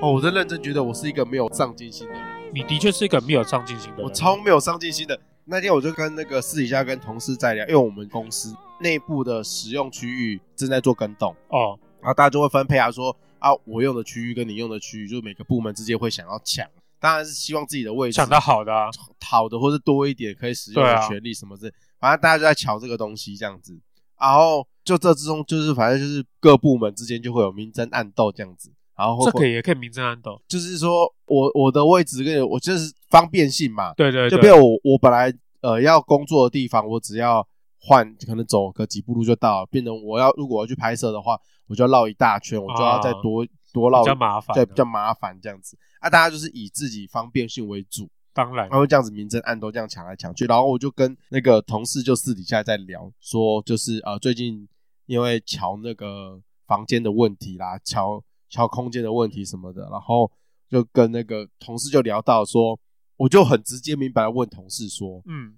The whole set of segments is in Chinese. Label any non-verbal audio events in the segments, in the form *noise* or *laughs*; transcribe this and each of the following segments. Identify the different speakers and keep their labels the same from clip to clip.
Speaker 1: 哦，我真认真觉得我是一个没有上进心的人，
Speaker 2: 你的确是一个没有上进心的
Speaker 1: 我
Speaker 2: 人。
Speaker 1: 超没有上进心的。那天我就跟那个私底下跟同事在聊，因为我们公司内部的使用区域正在做跟动，
Speaker 2: 哦，
Speaker 1: 然后大家就会分配啊，说啊，我用的区域跟你用的区域，就是每个部门之间会想要抢，当然是希望自己的位置
Speaker 2: 想到好的啊，
Speaker 1: 好的或是多一点可以使用
Speaker 2: 对
Speaker 1: 的
Speaker 2: 啊
Speaker 1: 权利什么之类，反正大家就在瞧这个东西这样子。然后就这之中，就是反正就是各部门之间就会有明争暗斗这样子。然后
Speaker 2: 这
Speaker 1: 会不
Speaker 2: 个
Speaker 1: 会
Speaker 2: 也可以明争暗斗。
Speaker 1: 就是说我我的位置跟你我就是方便性嘛，
Speaker 2: 对对
Speaker 1: 就
Speaker 2: 对，
Speaker 1: 比如我我本来呃要工作的地方，我只要换可能走个几步路就到了，变成我要如果我要去拍摄的话，我就要绕一大圈，我就要再多、多绕
Speaker 2: 哦比较麻烦啊
Speaker 1: 对，比较麻烦这样子。啊，大家就是以自己方便性为主，
Speaker 2: 当然
Speaker 1: 然后这样子明争暗斗，这样抢来抢去。然后我就跟那个同事就私底下在聊，说就是呃最近因为瞧那个房间的问题啦，瞧瞧空间的问题什么的，然后就跟那个同事就聊到说，我就很直接明白的问同事说，
Speaker 2: 嗯，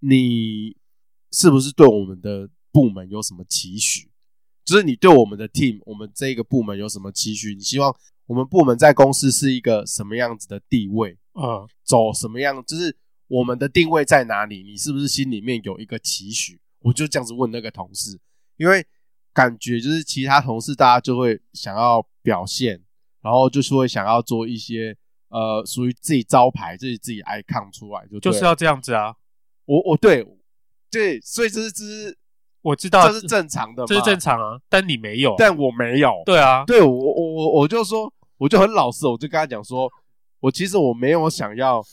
Speaker 1: 你是不是对我们的部门有什么期许？就是你对我们的 team，我们这个部门有什么期许？你希望我们部门在公司是一个什么样子的地位？
Speaker 2: 嗯，
Speaker 1: 走什么样，就是我们的定位在哪里？你是不是心里面有一个期许？我就这样子问那个同事，因为感觉就是其他同事大家就会想要表现，然后就是会想要做一些呃属于自己招牌、自己自己 icon 出来就对了，
Speaker 2: 就是要这样子啊。
Speaker 1: 我我对对，所以这是这是
Speaker 2: 我知道
Speaker 1: 这是正常的嘛，
Speaker 2: 这是正常啊，但你没有。
Speaker 1: 但我没有，
Speaker 2: 对啊，
Speaker 1: 对我我我我就说，我就很老实，我就跟他讲说，我其实我没有想要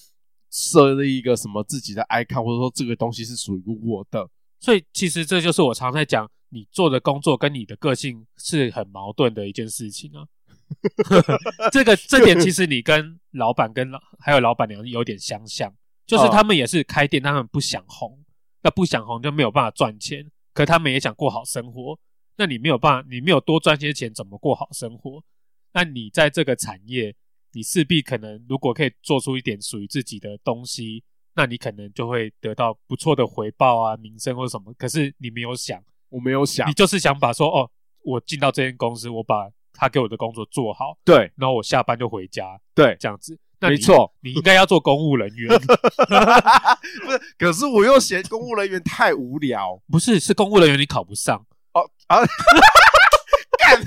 Speaker 1: 设立一个什么自己的 icon，或者说这个东西是属于我的。
Speaker 2: 所以其实这就是我常在讲，你做的工作跟你的个性是很矛盾的一件事情啊。 *laughs* 这个这点其实你跟老板跟老还有老板娘有点相像，就是
Speaker 1: 嗯
Speaker 2: 他们也是开店，他们不想红，那不想红就没有办法赚钱，可他们也想过好生活，那你没有办法，你没有多赚些钱，怎么过好生活？那你在这个产业，你势必可能如果可以做出一点属于自己的东西，那你可能就会得到不错的回报啊，名声或什么。可是你没有想，
Speaker 1: 我没有想
Speaker 2: 你，就是想把说哦，我进到这间公司，我把他给我的工作做好，
Speaker 1: 对
Speaker 2: 然后我下班就回家
Speaker 1: 对，
Speaker 2: 这样子。那你
Speaker 1: 没，错。
Speaker 2: 你应该要做公务人员，
Speaker 1: *laughs* 不是，可是我又嫌公务人员太无聊
Speaker 2: 不是是公务人员你考不上， *laughs*
Speaker 1: 哦啊！干，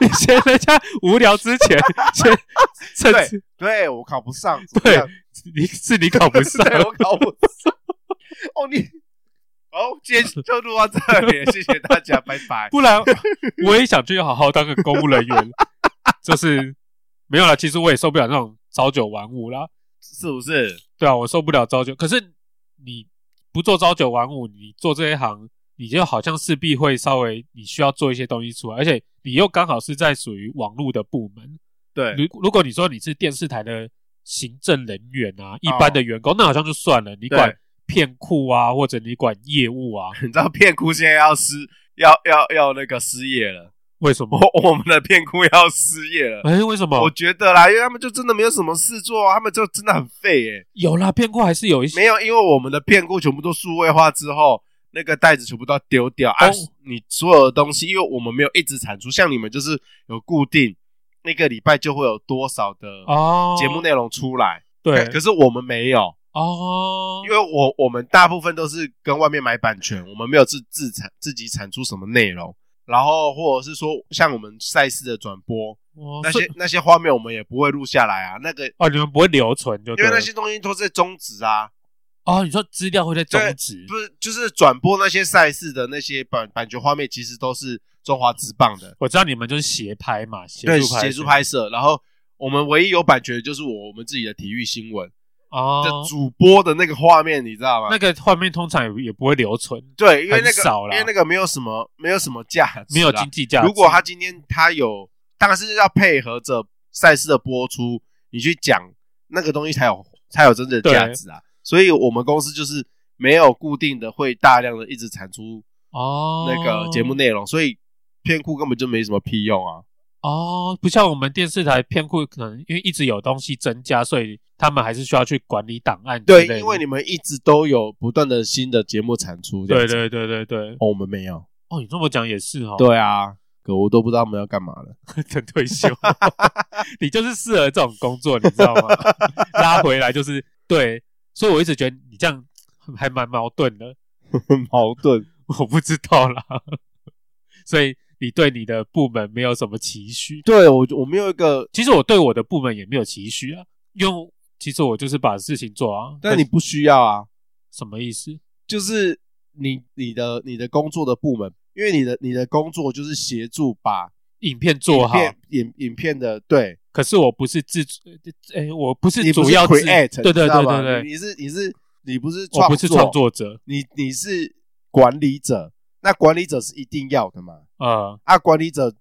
Speaker 2: 你嫌人家无聊之前，先
Speaker 1: *laughs*
Speaker 2: 趁
Speaker 1: 对对我考不上，怎么
Speaker 2: 对
Speaker 1: 样
Speaker 2: 你是你考不上，
Speaker 1: *laughs* 对我考不上。哦，你好，今天就录到这里，谢谢大家，拜拜。
Speaker 2: 不然我也想去好好当个公务人员， *laughs* 就是没有啦，其实我也受不了那种朝九晚五啦，
Speaker 1: 是不是？
Speaker 2: 对啊，我受不了朝九。可是你不做朝九晚五，你做这一行，你就好像势必会稍微你需要做一些东西出来，而且你又刚好是在属于网络的部门。
Speaker 1: 对，
Speaker 2: 如如果你说你是电视台的行政人员啊，一般的员工，那好像就算了，你管
Speaker 1: 哦对
Speaker 2: 片库啊，或者你管业务啊，
Speaker 1: 你知道片库现在要失要要要那个失业了，
Speaker 2: 为什么？
Speaker 1: 我我 *laughs* 们的片库要失业了。
Speaker 2: 哎，为什么？
Speaker 1: 我觉得啦，因为他们就真的没有什么事做啊，他们就真的很废耶、
Speaker 2: 有啦，片库还是有一些。
Speaker 1: 没有，因为我们的片库全部都数位化之后，那个袋子全部都要丢掉、啊
Speaker 2: 哦。
Speaker 1: 你所有的东西，因为我们没有一直产出，像你们就是有固定那个礼拜就会有多少的
Speaker 2: 哦，
Speaker 1: 节目内容出来，
Speaker 2: 对
Speaker 1: 可是我们没有，
Speaker 2: 哦
Speaker 1: 因，为我我们大部分都是跟外面买版权，我们没有自自产自己产出什么内容，然后或者是说像我们赛事的转播
Speaker 2: 哦
Speaker 1: 那
Speaker 2: 所
Speaker 1: 些
Speaker 2: 以
Speaker 1: 那些画面我们也不会录下来啊，那个
Speaker 2: 哦，你们不会留存就
Speaker 1: 因
Speaker 2: 对
Speaker 1: 为
Speaker 2: 了
Speaker 1: 那些东西都在终止啊，
Speaker 2: 哦，你说资料会在终止
Speaker 1: 不是就是转播那些赛事的那些版版权画面，其实都是中华职棒的
Speaker 2: 我知道你们就是斜拍嘛，协
Speaker 1: 对
Speaker 2: 助拍，
Speaker 1: 协助拍摄，然后我们唯一有版权的就是我们自己的体育新闻，
Speaker 2: 哦
Speaker 1: 就，主播的那个画面，你知道吗？
Speaker 2: 那个画面通常也也不会留存，
Speaker 1: 对，因为那
Speaker 2: 很少
Speaker 1: 个
Speaker 2: 啦
Speaker 1: 因为那个没有什么没有什么价值啊，
Speaker 2: 没有经济价值。
Speaker 1: 如果他今天他有，当然是要配合着赛事的播出，你去讲那个东西才有才有真正的价值啊。所以我们公司就是没有固定的会大量的一直产出
Speaker 2: 哦
Speaker 1: 那个节目内容，所以片库根本就没什么屁用啊。
Speaker 2: 哦，不像我们电视台片库，可能因为一直有东西增加，所以他们还是需要去管理档案之
Speaker 1: 对
Speaker 2: 类，的。
Speaker 1: 因为你们一直都有不断的新的节目产出。这样
Speaker 2: 对
Speaker 1: 子，
Speaker 2: 对对对对，
Speaker 1: 哦，我们没有。
Speaker 2: 哦，你这么讲也是哦。
Speaker 1: 对啊，个，我都不知道他们要干嘛了。
Speaker 2: *laughs* 等退休， *laughs* 你就是适合这种工作，你知道吗？拉回来就是对，所以我一直觉得你这样还蛮矛盾的，
Speaker 1: *laughs* 矛盾，
Speaker 2: 我不知道啦。 *laughs* 所以你对你的部门没有什么期许，
Speaker 1: 对我我没有一个，
Speaker 2: 其实我对我的部门也没有期许啊，因为其实我就是把事情做啊。
Speaker 1: 但你不需要啊，
Speaker 2: 什么意思？
Speaker 1: 就是你你的你的工作的部门，因为你的你的工作就是协助把
Speaker 2: 影片做
Speaker 1: 影
Speaker 2: 好，
Speaker 1: 片影影片的对，
Speaker 2: 可是我不是自主，呃，诶我不是
Speaker 1: 你不
Speaker 2: 主
Speaker 1: 是
Speaker 2: 要制
Speaker 1: create，
Speaker 2: 对对
Speaker 1: 你知道
Speaker 2: 对
Speaker 1: 吗
Speaker 2: 对对，
Speaker 1: 你是你是你不是
Speaker 2: 我不是创作者，
Speaker 1: 你你是管理者，那管理者是一定要的嘛？
Speaker 2: 呃，
Speaker 1: 啊，管理者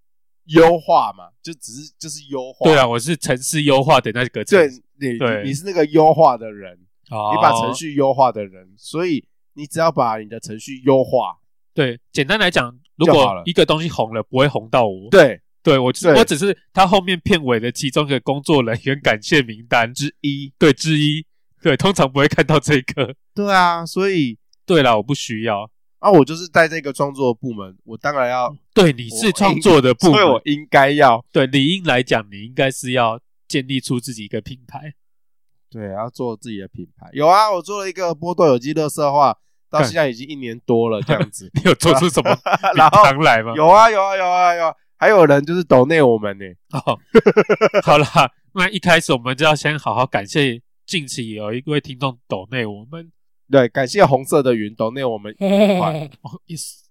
Speaker 1: 优化嘛，就只是就是优化，
Speaker 2: 对啊，我是城市优化的那个
Speaker 1: 对
Speaker 2: 程，
Speaker 1: 你
Speaker 2: 对
Speaker 1: 你你是那个优化的人，
Speaker 2: 哦
Speaker 1: 你把程序优化的人，所以你只要把你的程序优化，
Speaker 2: 对，简单来讲，如
Speaker 1: 就好
Speaker 2: 果
Speaker 1: 了
Speaker 2: 一个东西红了，不会红到我。
Speaker 1: 对，
Speaker 2: 对，我只
Speaker 1: 对
Speaker 2: 我只是他后面片尾的其中一个工作人员感谢名单之一，对之一，对，通常不会看到这个。
Speaker 1: 对啊，所以
Speaker 2: 对啦，我不需要。
Speaker 1: 啊，我就是在这个创作部门，我当然要，
Speaker 2: 对，你
Speaker 1: 我
Speaker 2: 是创作的部
Speaker 1: 所以
Speaker 2: 门
Speaker 1: 我，应该要，
Speaker 2: 对理应来讲，你应该是要建立出自己一个品牌。
Speaker 1: 对，要做自己的品牌。有啊，我做了一个波豆有机乐色化，到
Speaker 2: 干，
Speaker 1: 现在已经一年多了这样子
Speaker 2: *laughs* 你有做出什么
Speaker 1: *laughs* 然后
Speaker 2: 常来吗？
Speaker 1: 有啊，有啊，有啊，有啊，还有人就是抖内我们呢、
Speaker 2: 哦，好啦，那一开始我们就要先好好感谢近期有一位听众抖内我们，
Speaker 1: 对，感谢红色的云抖内我们。
Speaker 3: 嘿
Speaker 2: 哦，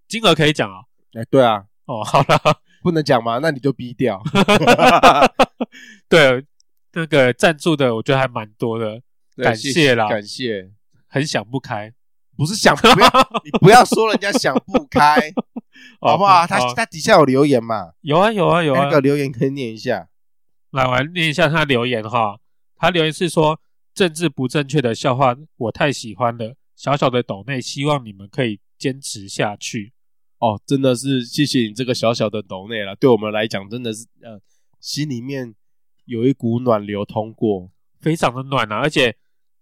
Speaker 2: 金额可以讲啊。
Speaker 1: 哎、对啊，
Speaker 2: 哦，好啦，
Speaker 1: 不能讲嘛，那你就逼
Speaker 2: *laughs*
Speaker 1: 掉。
Speaker 2: 对，那个赞助的我觉得还蛮多的，
Speaker 1: 对
Speaker 2: 感谢啦
Speaker 1: 感谢。
Speaker 2: 很想
Speaker 1: *laughs*
Speaker 2: 不开，
Speaker 1: 不是想不
Speaker 2: *laughs*
Speaker 1: 要，你不要说人家想不开，
Speaker 2: 哦
Speaker 1: 好不好？他
Speaker 2: 哦
Speaker 1: 他底下有留言嘛，
Speaker 2: 有啊有啊有啊
Speaker 1: 那，个留言可以念一下。
Speaker 2: 来我来念一下他留言哈，他留言是说政治不正确的笑话我太喜欢了，小小的抖内希望你们可以坚持下去，
Speaker 1: 哦，真的是谢谢你这个小小的抖内了，对我们来讲真的是呃，心里面有一股暖流通过。
Speaker 2: 非常的暖啊，而且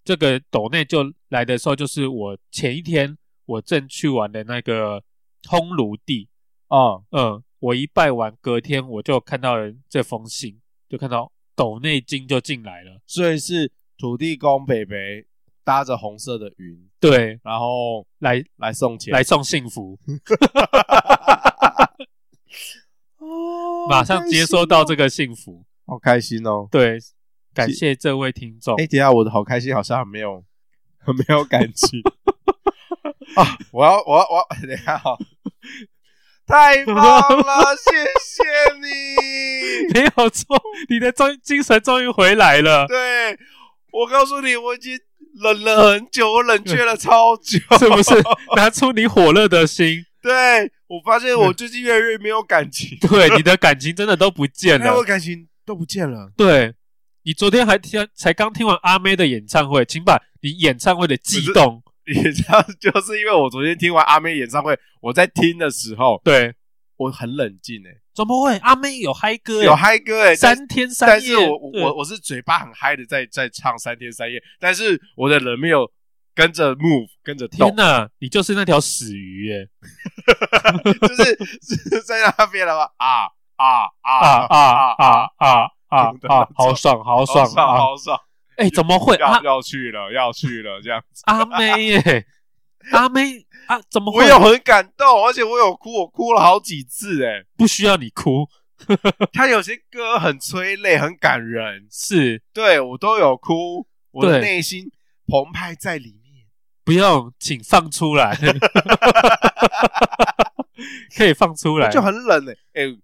Speaker 2: 这个抖内就来的时候就是我前一天我正去玩的那个烘炉地，
Speaker 1: 哦，
Speaker 2: 嗯，我一拜完，隔天我就看到了这封信，就看到斗内金就进来了。
Speaker 1: 所以是土地公北北搭着红色的云，
Speaker 2: 对，
Speaker 1: 然后
Speaker 2: 来
Speaker 1: 来送钱， *laughs*
Speaker 2: 来送幸福，
Speaker 1: 哦
Speaker 2: 马上接收到这，个幸福。
Speaker 1: 好哦开心哦！
Speaker 2: 对，感谢这位听众
Speaker 1: 哎、。等一下我的好开心，好像很没有 *laughs* 很没有感情啊！我要我要我要， *laughs* 等一下哦，太棒了，谢谢你！
Speaker 2: *laughs* 没有错，你的终精神终于回来了，
Speaker 1: 对，我告诉你，我已经冷了很久，我冷却了超 *laughs* 久，
Speaker 2: 是不是？拿出你火热
Speaker 1: *laughs*
Speaker 2: 的心，
Speaker 1: 对我发现我最近越来越没有感情，
Speaker 2: 对你的感情真的都不见
Speaker 1: 没有
Speaker 2: 了。
Speaker 1: 感情都不见了。
Speaker 2: 对你昨天还听才刚听完阿妹的演唱会，请把你演唱会的激
Speaker 1: 是
Speaker 2: 动，
Speaker 1: 你知道，就是因为我昨天听完阿妹演唱会，我在听的时候，
Speaker 2: 对，
Speaker 1: 我很冷静诶、
Speaker 2: 怎么会？阿妹有嗨歌、欸，
Speaker 1: 有嗨歌诶、但是
Speaker 2: 三天三夜，
Speaker 1: 但是我我
Speaker 2: 对
Speaker 1: 我我是嘴巴很嗨的在在唱三天三夜，但是我的人没有跟着 move 跟着
Speaker 2: 天
Speaker 1: 动，
Speaker 2: 哪，你就是那条死鱼耶！
Speaker 1: 就是是在那边了吧？啊啊啊
Speaker 2: 啊啊啊啊啊
Speaker 1: 真的
Speaker 2: 啊！好爽，好
Speaker 1: 好
Speaker 2: 爽
Speaker 1: 爽
Speaker 2: 啊！
Speaker 1: 好爽，
Speaker 2: 哎，怎么会？阿
Speaker 1: 要要去了要去了这样子，
Speaker 2: 阿妹耶，阿妹啊，怎么
Speaker 1: 我
Speaker 2: 会？
Speaker 1: 有很感动，而且我有哭，我哭了好几次诶、
Speaker 2: 不需要你哭，
Speaker 1: 他有些歌很催泪，很感人，
Speaker 2: *laughs* 是
Speaker 1: 对我都有哭，我的
Speaker 2: 对
Speaker 1: 内心澎湃在里面。
Speaker 2: 不用，请放出来， *laughs* 可以放出来，
Speaker 1: 就很冷诶、欸，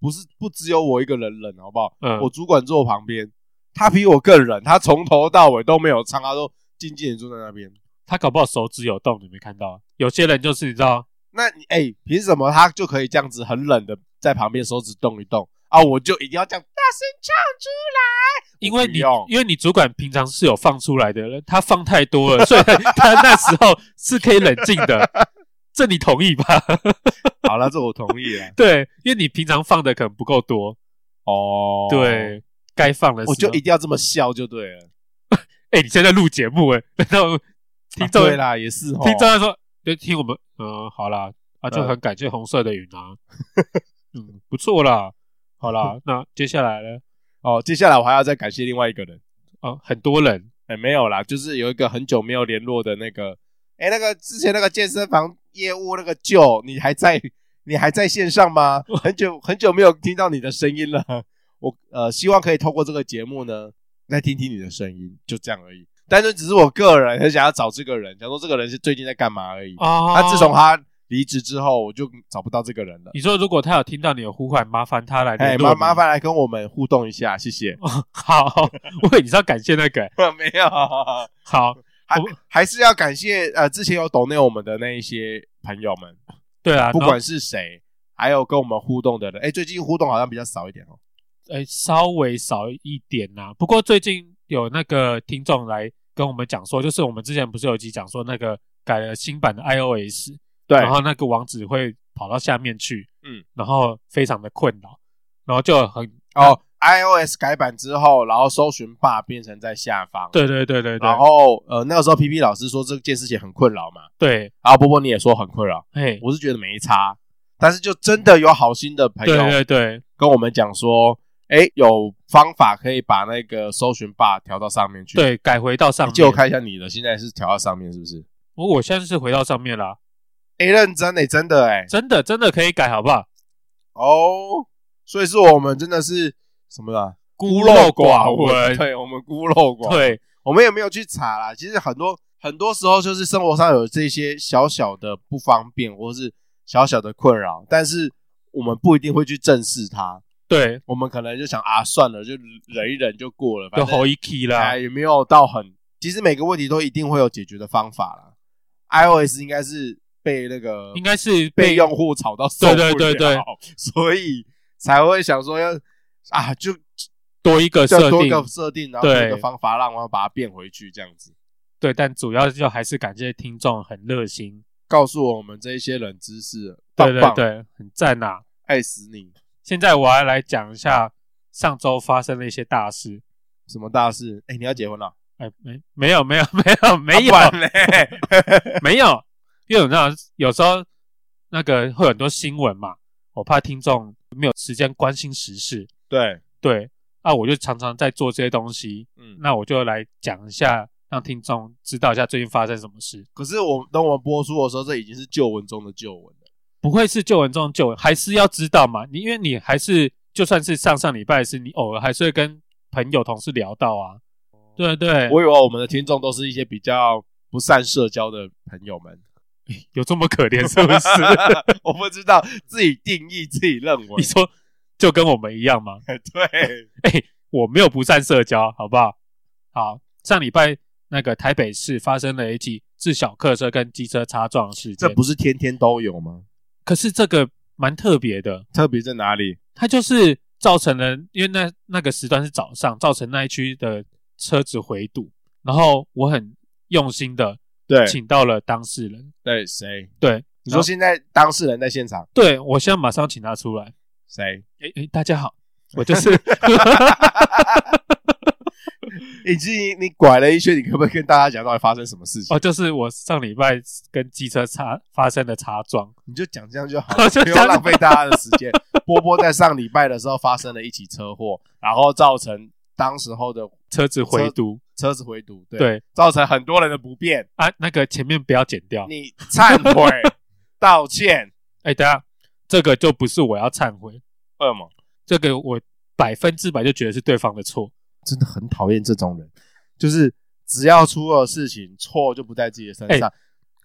Speaker 1: 不是不只有我一个人冷，好不好？
Speaker 2: 嗯
Speaker 1: 我主管坐我旁边，他比我更冷，他从头到尾都没有唱，他都静静的坐在那边。
Speaker 2: 他搞不好手指有动，你没看到？有些人就是你知道，
Speaker 1: 那你哎，欸凭、什么他就可以这样子很冷的在旁边手指动一动啊？我就一定要这样大声唱出来，
Speaker 2: 因为你
Speaker 1: 我不用
Speaker 2: 因为你主管平常是有放出来的人，他放太多了，所以他那时候是可以冷静的，这你同意吧？。
Speaker 1: 好了，这我同意了
Speaker 2: 对，因为你平常放的可能不够多，
Speaker 1: 哦，，
Speaker 2: *laughs* 对，该放的时候
Speaker 1: 我就一定要这么笑就对了。
Speaker 2: 哎、你现在录节目哎、然后听众、
Speaker 1: 啊对啦，也是哦，
Speaker 2: 听众在说，就听我们，嗯、好啦，啊，就
Speaker 1: 嗯
Speaker 2: 很感谢红色的云啊， *laughs* 嗯，不错啦。好啦，那接下来呢？
Speaker 1: 哦，接下来我还要再感谢另外一个人，
Speaker 2: 啊，很多人
Speaker 1: 哎，没有啦，就是有一个很久没有联络的那个，哎，那个之前那个健身房业务那个舅，你还在你还在线上吗？很久很久没有听到你的声音了，我呃希望可以透过这个节目呢，来听听你的声音，就这样而已。但是只是我个人很想要找这个人，想说这个人是最近在干嘛而已。
Speaker 2: 啊，
Speaker 1: 他自从他离职之后，我就找不到这个人了。
Speaker 2: 你说如果他有听到你的呼唤，麻烦他来
Speaker 1: 哎，
Speaker 2: 联络
Speaker 1: 麻
Speaker 2: 你。
Speaker 1: 麻。烦来跟我们互动一下，谢谢
Speaker 2: *laughs* 哦好，我以为你是要感谢那个、
Speaker 1: *laughs* 没有，
Speaker 2: 好，
Speaker 1: 还
Speaker 2: 我
Speaker 1: 还是要感谢呃，之前有抖内我们的那一些朋友们，
Speaker 2: 对啊，
Speaker 1: 不
Speaker 2: 然后
Speaker 1: 管是谁，还有跟我们互动的人。哎，最近互动好像比较少一点哦。
Speaker 2: 哎，稍微少一点呐、不过最近有那个听众来跟我们讲说，就是我们之前不是有一集讲说那个改了新版的 iOS，
Speaker 1: 对
Speaker 2: 然后那个网址会跑到下面去，
Speaker 1: 嗯，
Speaker 2: 然后非常的困扰，然后就很，
Speaker 1: 哦，iOS 改版之后，然后搜寻霸变成在下方。，
Speaker 2: 对对对对对，
Speaker 1: 然后呃，那个时候 P P 老师说这件事情很困扰嘛，
Speaker 2: 对，
Speaker 1: 然后波波你也说很困扰，
Speaker 2: 嘿，
Speaker 1: 我是觉得没差，但是就真的有好心的朋
Speaker 2: 对
Speaker 1: 友
Speaker 2: 对对，
Speaker 1: 跟我们讲说，哎，有方法可以把那个搜寻霸调到上面去。，
Speaker 2: 对，改回到上面，
Speaker 1: 借我看一下你的，现在是调到上面是不是？
Speaker 2: 我我现在是回到上面啦，
Speaker 1: 哎，认真哎，真的哎，
Speaker 2: 真的真的可以改，好不好？
Speaker 1: 哦，所以是我们真的是什么啦？
Speaker 2: 孤
Speaker 1: 陋
Speaker 2: 寡
Speaker 1: 闻， *laughs* 对我们孤陋寡，，
Speaker 2: 对，
Speaker 1: 我们也没有去查啦。其实很多很多时候就是生活上有这些小小的不方便，或是小小的困扰，但是我们不一定会去正视它。
Speaker 2: 对，
Speaker 1: 我们可能就想啊，算了，就忍一忍就过了，反
Speaker 2: 就吼
Speaker 1: 正
Speaker 2: 一 key 啦
Speaker 1: 哎，也没有到很。其实每个问题都一定会有解决的方法啦。iOS 应该是被那个
Speaker 2: 应该是
Speaker 1: 被用户吵到受不了，
Speaker 2: 对对对对
Speaker 1: 所以才会想说要啊，就
Speaker 2: 多一个
Speaker 1: 就
Speaker 2: 设
Speaker 1: 多
Speaker 2: 定，
Speaker 1: 个设定，然后多一个
Speaker 2: 对
Speaker 1: 方法让我们把它变回去，这样子
Speaker 2: 对，但主要就还是感谢听众很热心，
Speaker 1: 告诉我们这一些冷知识，棒
Speaker 2: 对对
Speaker 1: 棒，
Speaker 2: 对，很赞呐、
Speaker 1: 爱死你！
Speaker 2: 现在我要来讲一下上周发生的一些大事。
Speaker 1: 什么大事？哎，你要结婚了？
Speaker 2: 哎，没没有没有没有没有、
Speaker 1: 啊不然嘞 *laughs*
Speaker 2: *laughs* 没有，因为你知道有时候那个会有很多新闻嘛，我怕听众没有时间关心时事，
Speaker 1: 对，
Speaker 2: 对，啊，我就常常在做这些东西，
Speaker 1: 嗯。
Speaker 2: 那我就来讲一下，让听众知道一下最近发生什么事。
Speaker 1: 可是我等我们播出的时候，这已经是旧闻中的旧闻了。
Speaker 2: 不会是旧闻中的旧闻，还是要知道嘛？你因为你还是就算是上上礼拜是你偶尔还是会跟朋友同事聊到啊，对对，
Speaker 1: 我以为我们的听众都是一些比较不善社交的朋友们， *laughs*
Speaker 2: 有这么可怜是不是？
Speaker 1: 我不知道自己定义自己认为
Speaker 2: 你。说就跟我们一样吗？
Speaker 1: 对，
Speaker 2: 我没有不善社交，好不好？好，上礼拜那个台北市发生了一起致小客车跟机车擦撞的事
Speaker 1: *laughs*
Speaker 2: 件
Speaker 1: 这，不是天天都有吗？
Speaker 2: 可是这个蛮特别的，
Speaker 1: 特别在哪里？
Speaker 2: 它就是造成了，因为那那个时段是早上，造成那一区的车子回堵。然后我很用心的
Speaker 1: 对
Speaker 2: 请到了当事人，
Speaker 1: 对，谁？
Speaker 2: 对
Speaker 1: 你说现在当事人在现场，
Speaker 2: 对，我现在马上请他出来。
Speaker 1: 谁？
Speaker 2: 诶诶，大家好，我
Speaker 1: *laughs*
Speaker 2: 就是
Speaker 1: 以及你拐了一圈，你可不可以跟大家讲到底发生什么事情？
Speaker 2: 哦，就是我上礼拜跟机车擦发生的擦撞，
Speaker 1: 你就讲这 *laughs* 样就好
Speaker 2: 我
Speaker 1: 了，*laughs*
Speaker 2: 就
Speaker 1: 不用
Speaker 2: 讲
Speaker 1: 浪费大家的时间。波波在上礼拜的时候发生了一起车祸，然后造成当时候的
Speaker 2: 车子回堵，
Speaker 1: 车子回堵，对，
Speaker 2: 对
Speaker 1: 造成很多人的不便。
Speaker 2: 啊，那个前面不要剪掉。
Speaker 1: 你忏
Speaker 2: *laughs*
Speaker 1: 悔、道歉，
Speaker 2: 哎，等一下，这个就不是我要忏悔，
Speaker 1: 恶魔
Speaker 2: 这个我百分之百就觉得是对方的错。
Speaker 1: 真的很讨厌这种人，就是只要出了事情，错就不在自己的身
Speaker 2: 哎
Speaker 1: 上，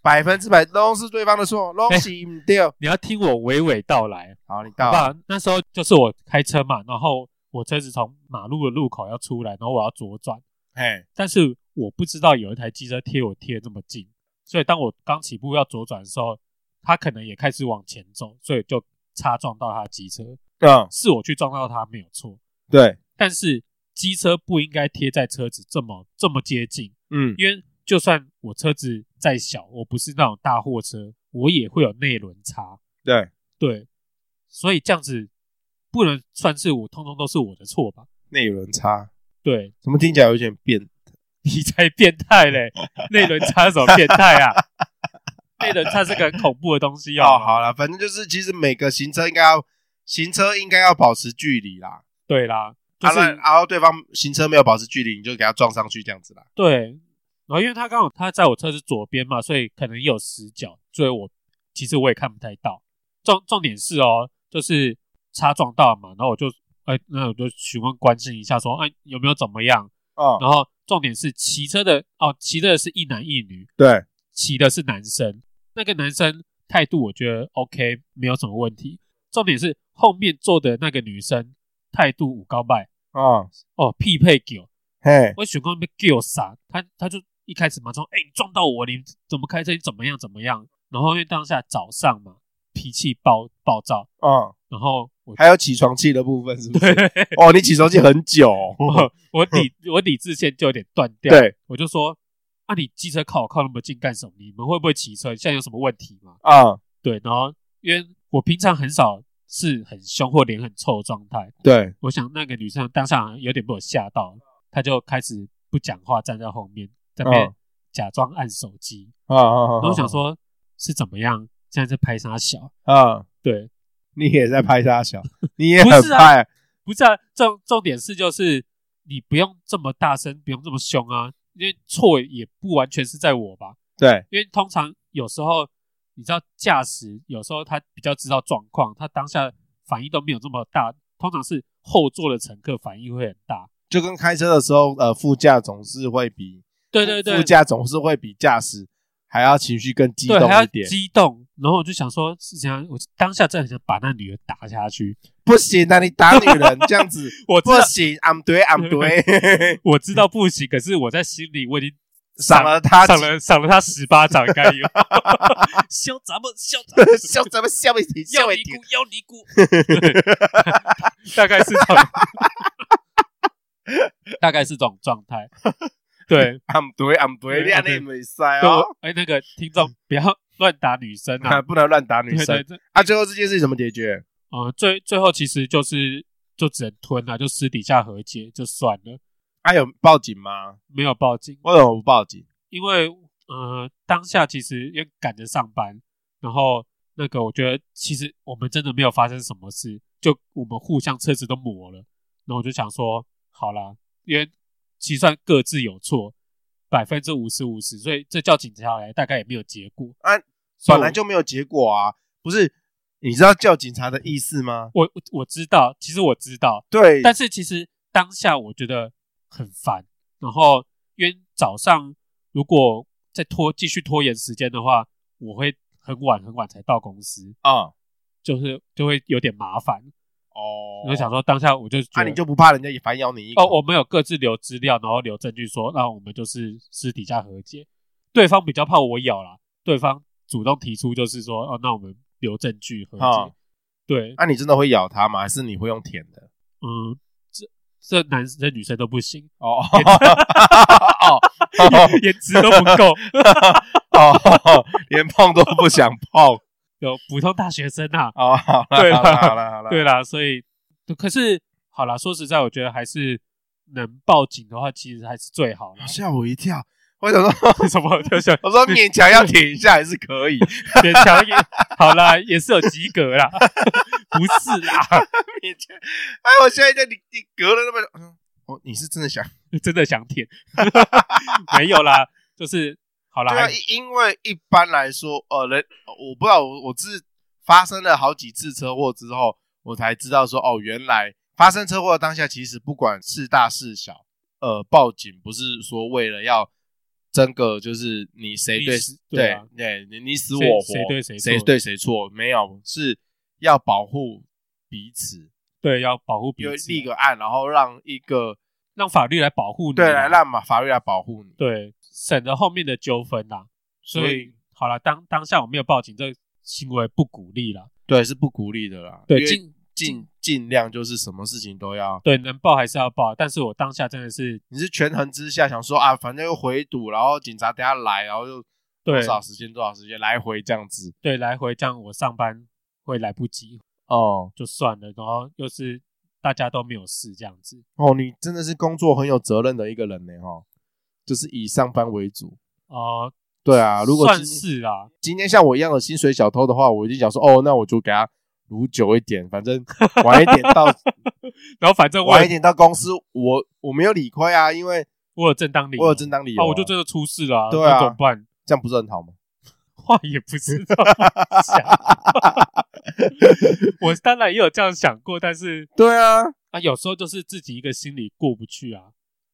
Speaker 1: 百分之百都是对方的错，拢是唔对。
Speaker 2: 你要听我娓娓道来，
Speaker 1: 好，你
Speaker 2: 哎
Speaker 1: 到
Speaker 2: 好不
Speaker 1: 了
Speaker 2: 好？那时候就是我开车嘛，然后我车子从马路的路口要出来，然后我要左转，
Speaker 1: 嘿，
Speaker 2: 但是我不知道有一台机车贴我贴得这么近，所以当我刚起步要左转的时候，他可能也开始往前走，所以就擦撞到他的机车。
Speaker 1: 嗯，
Speaker 2: 是我去撞到他没有错，
Speaker 1: 对，
Speaker 2: 但是机车不应该贴在车子这么这么接近，
Speaker 1: 嗯，
Speaker 2: 因为就算我车子再小，我不是那种大货车，我也会有内轮差。
Speaker 1: 对，
Speaker 2: 对，所以这样子不能算是我，通通都是我的错吧？
Speaker 1: 内轮差，
Speaker 2: 对，
Speaker 1: 怎么听起来有点变？
Speaker 2: 你才变态嘞！内轮差是什么变态啊？内轮差是个很恐怖的东西
Speaker 1: 哦，
Speaker 2: 哦。
Speaker 1: 好了，反正就是，其实每个行车应该要行车应该要保持距离啦。
Speaker 2: 对啦，就是、
Speaker 1: 啊、那然后对方行车没有保持距离，你就给他撞上去这样子啦。
Speaker 2: 对，然后因为他刚好他在我车子左边嘛，所以可能也有死角，所以我其实我也看不太到。重重点是哦，就是擦撞到嘛，然后我就哎，那我就询问关心一下说，哎有没有怎么样？
Speaker 1: 哦，
Speaker 2: 然后重点是骑车的哦，骑车的是一男一女，
Speaker 1: 对，
Speaker 2: 骑的是男生，那个男生态度我觉得 OK，没有什么问题。重点是后面坐的那个女生态度五高拜
Speaker 1: 哦，
Speaker 2: 哦，匹配狗，
Speaker 1: 嘿，
Speaker 2: 我选光被狗傻，他他就一开始嘛说，哎、你撞到我，你怎么开车，你怎么样怎么样？然后因为当下早上嘛，脾气暴暴躁，
Speaker 1: 哦，
Speaker 2: 然后我
Speaker 1: 还有起床气的部分是
Speaker 2: *laughs*
Speaker 1: 不是？哦，你起床气很久哦、嗯
Speaker 2: 我 *laughs* 我理我理智线就有点断掉，
Speaker 1: 对
Speaker 2: 我就说，啊，你机车靠我靠那么近干什么？你们会不会骑车？现在有什么问题吗？
Speaker 1: 啊、
Speaker 2: 对，然后因为我平常很少是很凶或脸很臭的状态，
Speaker 1: 对，
Speaker 2: 我想那个女生当下好像有点被我吓到，她就开始不讲话，站在后面在那边
Speaker 1: 嗯
Speaker 2: 假装按手机，
Speaker 1: 啊啊
Speaker 2: 然后我想说是怎么样？现在在拍啥小？
Speaker 1: 啊，
Speaker 2: 对，
Speaker 1: 你也在拍他小，你也
Speaker 2: 不
Speaker 1: 很
Speaker 2: 是啊
Speaker 1: 拍，
Speaker 2: 不是啊，重重点是就是你不用这么大声，不用这么凶啊，因为错也不完全是在我吧，
Speaker 1: 对，
Speaker 2: 因为通常有时候你知道驾驶有时候他比较知道状况，他当下反应都没有这么大，通常是后座的乘客反应会很大。
Speaker 1: 就跟开车的时候，呃，副驾总是会比
Speaker 2: 对对对
Speaker 1: 副，驾总是会比驾驶还要情绪更激动
Speaker 2: 对还要
Speaker 1: 一点。
Speaker 2: 激动，然后我就想说，是这样，我当下真的很想把那女的打下去。
Speaker 1: 不行啊，你打女
Speaker 2: *laughs*
Speaker 1: 人这样子
Speaker 2: 我知
Speaker 1: 不
Speaker 2: 道
Speaker 1: 行，I'm 对，I'm
Speaker 2: *laughs*
Speaker 1: 对，
Speaker 2: 我知道不行，可是我在心里我已经
Speaker 1: 赏了他
Speaker 2: 赏了赏了她十巴掌，应该 *laughs* 有。笑咱们笑咱们
Speaker 1: 笑咱们笑一停，笑
Speaker 2: 要
Speaker 1: 一
Speaker 2: 尼
Speaker 1: 停
Speaker 2: 姑，要尼姑，大概是这种， *laughs* 大概是这种状 *laughs* 态。对，
Speaker 1: ，I'm 对，I'm 对，你
Speaker 2: 对
Speaker 1: 安尼没塞
Speaker 2: 跟我
Speaker 1: 哦，
Speaker 2: 哎、那个听众不要乱打女生
Speaker 1: 啊
Speaker 2: 啊！
Speaker 1: *laughs* 不能乱打女
Speaker 2: 对对
Speaker 1: 生
Speaker 2: 对，
Speaker 1: 啊。最后这件事情怎么解决？
Speaker 2: 呃，最最后其实就是就只能吞啊了、就私底下和解就算了，
Speaker 1: 啊，有报警吗？
Speaker 2: 没有报警，
Speaker 1: 为什么不报警？
Speaker 2: 因为呃当下其实也赶着上班，然后那个我觉得其实我们真的没有发生什么事，就我们互相车子都磨了，然后我就想说好啦，因为其实算各自有错，百分之五十五十，所以这叫警察来大概也没有结果
Speaker 1: 啊，
Speaker 2: 所以
Speaker 1: 本来
Speaker 2: 我
Speaker 1: 就没有结果啊，不是？你知道叫警察的意思吗？
Speaker 2: 我我我知道，其实我知道，
Speaker 1: 对，
Speaker 2: 但是其实当下我觉得很烦，然后因为早上如果再拖继续拖延时间的话，我会很晚很晚才到公司，
Speaker 1: 啊，
Speaker 2: 就是就会有点麻烦。
Speaker 1: 哦
Speaker 2: 我就想说当下我就觉
Speaker 1: 那、
Speaker 2: 得，
Speaker 1: 你就不怕人家也反咬你一口？
Speaker 2: 哦，我们有各自留资料，然后留证据说，那我们就是私底下和解。对方比较怕我咬啦，对方主动提出就是说，哦，那我们留证据和解。
Speaker 1: 哦
Speaker 2: 对，
Speaker 1: 那、你真的会咬它吗？还是你会用舔的？
Speaker 2: 嗯，这这男生女生都不行，
Speaker 1: 哦哦
Speaker 2: *laughs* 颜值都不够。
Speaker 1: 哦，连碰都不想碰。
Speaker 2: 有普通大学生啊。
Speaker 1: 哦， *laughs* 好了，
Speaker 2: 对啦
Speaker 1: 好了，好了，好了。。
Speaker 2: 对啦，所以可是好啦，说实在，我觉得还是能报警的话，其实还是最好啦 *laughs*
Speaker 1: 吓我一跳，我想说，
Speaker 2: 什么？就是
Speaker 1: 我说勉强要舔一下还是可以，
Speaker 2: 勉强也好啦，也是有及格啦， *laughs* 不是啦，
Speaker 1: 勉强。哎，我现在在你你隔了那么久，嗯哦，你是真的想？
Speaker 2: 真的想舔， *laughs* 没有啦，就是好啦，
Speaker 1: 对啊，
Speaker 2: 还
Speaker 1: 因因为一般来说，呃，人我不知道，我我自发生了好几次车祸之后，我才知道说，哦，原来发生车祸的当下，其实不管是大是小，呃，报警不是说为了要争个就是你谁对
Speaker 2: 你死对啊
Speaker 1: 对你你死我
Speaker 2: 谁
Speaker 1: 活，
Speaker 2: 谁对谁错
Speaker 1: 谁对谁错，没有是要保护彼此，
Speaker 2: 对要保护彼
Speaker 1: 因为
Speaker 2: 此
Speaker 1: 立
Speaker 2: 啊，
Speaker 1: 个案，然后让一个
Speaker 2: 让法律来保护你啊，
Speaker 1: 对来让法法律来保护你，
Speaker 2: 对省得后面的纠纷啦。所
Speaker 1: 所
Speaker 2: 以
Speaker 1: 以
Speaker 2: 好啦，当当下我没有报警，这个行为不鼓励啦。
Speaker 1: 对是不鼓励的啦，
Speaker 2: 对，
Speaker 1: 因为
Speaker 2: 尽
Speaker 1: 尽尽量就是什么事情都要，
Speaker 2: 对能报还是要报，但是我当下真的是
Speaker 1: 你是权衡之下想说啊，反正又回堵，然后警察等下来，然后又多
Speaker 2: 对
Speaker 1: 少时间多少时间来回这样子。
Speaker 2: 对来回这样，我上班会来不及，
Speaker 1: 哦
Speaker 2: 就算了。然后又是大家都没有事这样子
Speaker 1: 哦，你真的是工作很有责任的一个人呢哈，就是以上班为主。
Speaker 2: 哦、
Speaker 1: 对啊，如果
Speaker 2: 算
Speaker 1: 今
Speaker 2: 是啦、
Speaker 1: 今天像我一样的薪水小偷的话，我就想说哦，那我就给他撸久一点，反
Speaker 2: *laughs*
Speaker 1: 正晚一点到
Speaker 2: 然后反正我
Speaker 1: 晚一
Speaker 2: 也
Speaker 1: 点到公司，我我没有理亏啊，因为
Speaker 2: 我有正当理由，
Speaker 1: 我有正当理由
Speaker 2: 啊，我就真的出事了、
Speaker 1: 对啊
Speaker 2: 那怎么办？
Speaker 1: 这样不是很好吗？
Speaker 2: 话也不知道
Speaker 1: *laughs*
Speaker 2: 讲，我当然也有这样想过，但是
Speaker 1: 对啊，
Speaker 2: 啊，有时候就是自己一个心里过不去啊。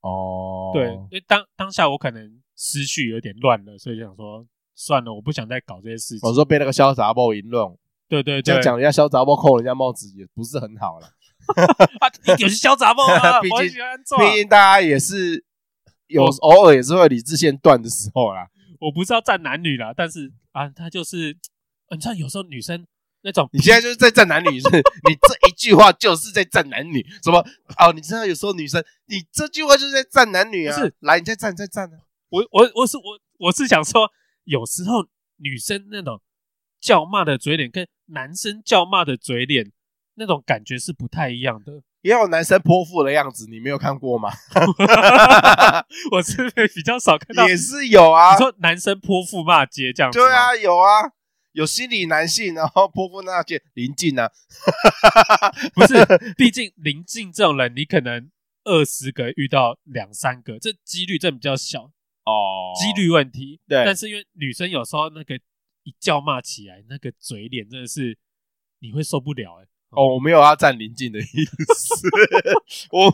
Speaker 1: 哦，
Speaker 2: 对，因为当当下我可能思绪有点乱了，所以想说算了，我不想再搞这些事情。
Speaker 1: 我说被那个潇洒包淫乱，
Speaker 2: 对对
Speaker 1: 这
Speaker 2: 对，
Speaker 1: 样讲人家潇洒包扣人家帽子也不是很好了。
Speaker 2: 啊，一点是潇洒梦啊，
Speaker 1: *laughs* 毕
Speaker 2: 我很
Speaker 1: 竟
Speaker 2: 喜欢做啊，
Speaker 1: 毕竟大家也是有
Speaker 2: 我
Speaker 1: 偶尔也是会理智线断的时候啦。
Speaker 2: 我不是要站男女啦，但是啊，他就是，啊你知道有时候女生那种
Speaker 1: 你现在就是在站男女，是不是你这一句话就是在站男女。什么？哦，你知道有时候女生，你这句话就是在站男女啊。
Speaker 2: 不是，
Speaker 1: 来，你再站，你再站啊。
Speaker 2: 我我我是我我是想说，有时候女生那种叫骂的嘴脸跟男生叫骂的嘴脸那种感觉是不太一
Speaker 1: *laughs*
Speaker 2: 样的。
Speaker 1: 也有男生泼妇的样子，你没有看过吗？
Speaker 2: 我是比较少看到，
Speaker 1: 也是有啊
Speaker 2: 你，说男生泼妇骂街这样子吗
Speaker 1: 对，啊，有啊，有心理男性，然后泼妇那些邻近啊，
Speaker 2: *laughs* 不是，毕竟临近这种人，你可能二十个遇到两三个，这几率真的比较小，
Speaker 1: 哦
Speaker 2: 几率问题。
Speaker 1: 对
Speaker 2: 但是因为女生有时候那个一叫骂起来，那个嘴脸真的是你会受不了哎、
Speaker 1: 哦，我没有要站邻近的意思，我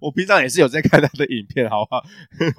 Speaker 1: 我平常也是有在看他的影片，好不好？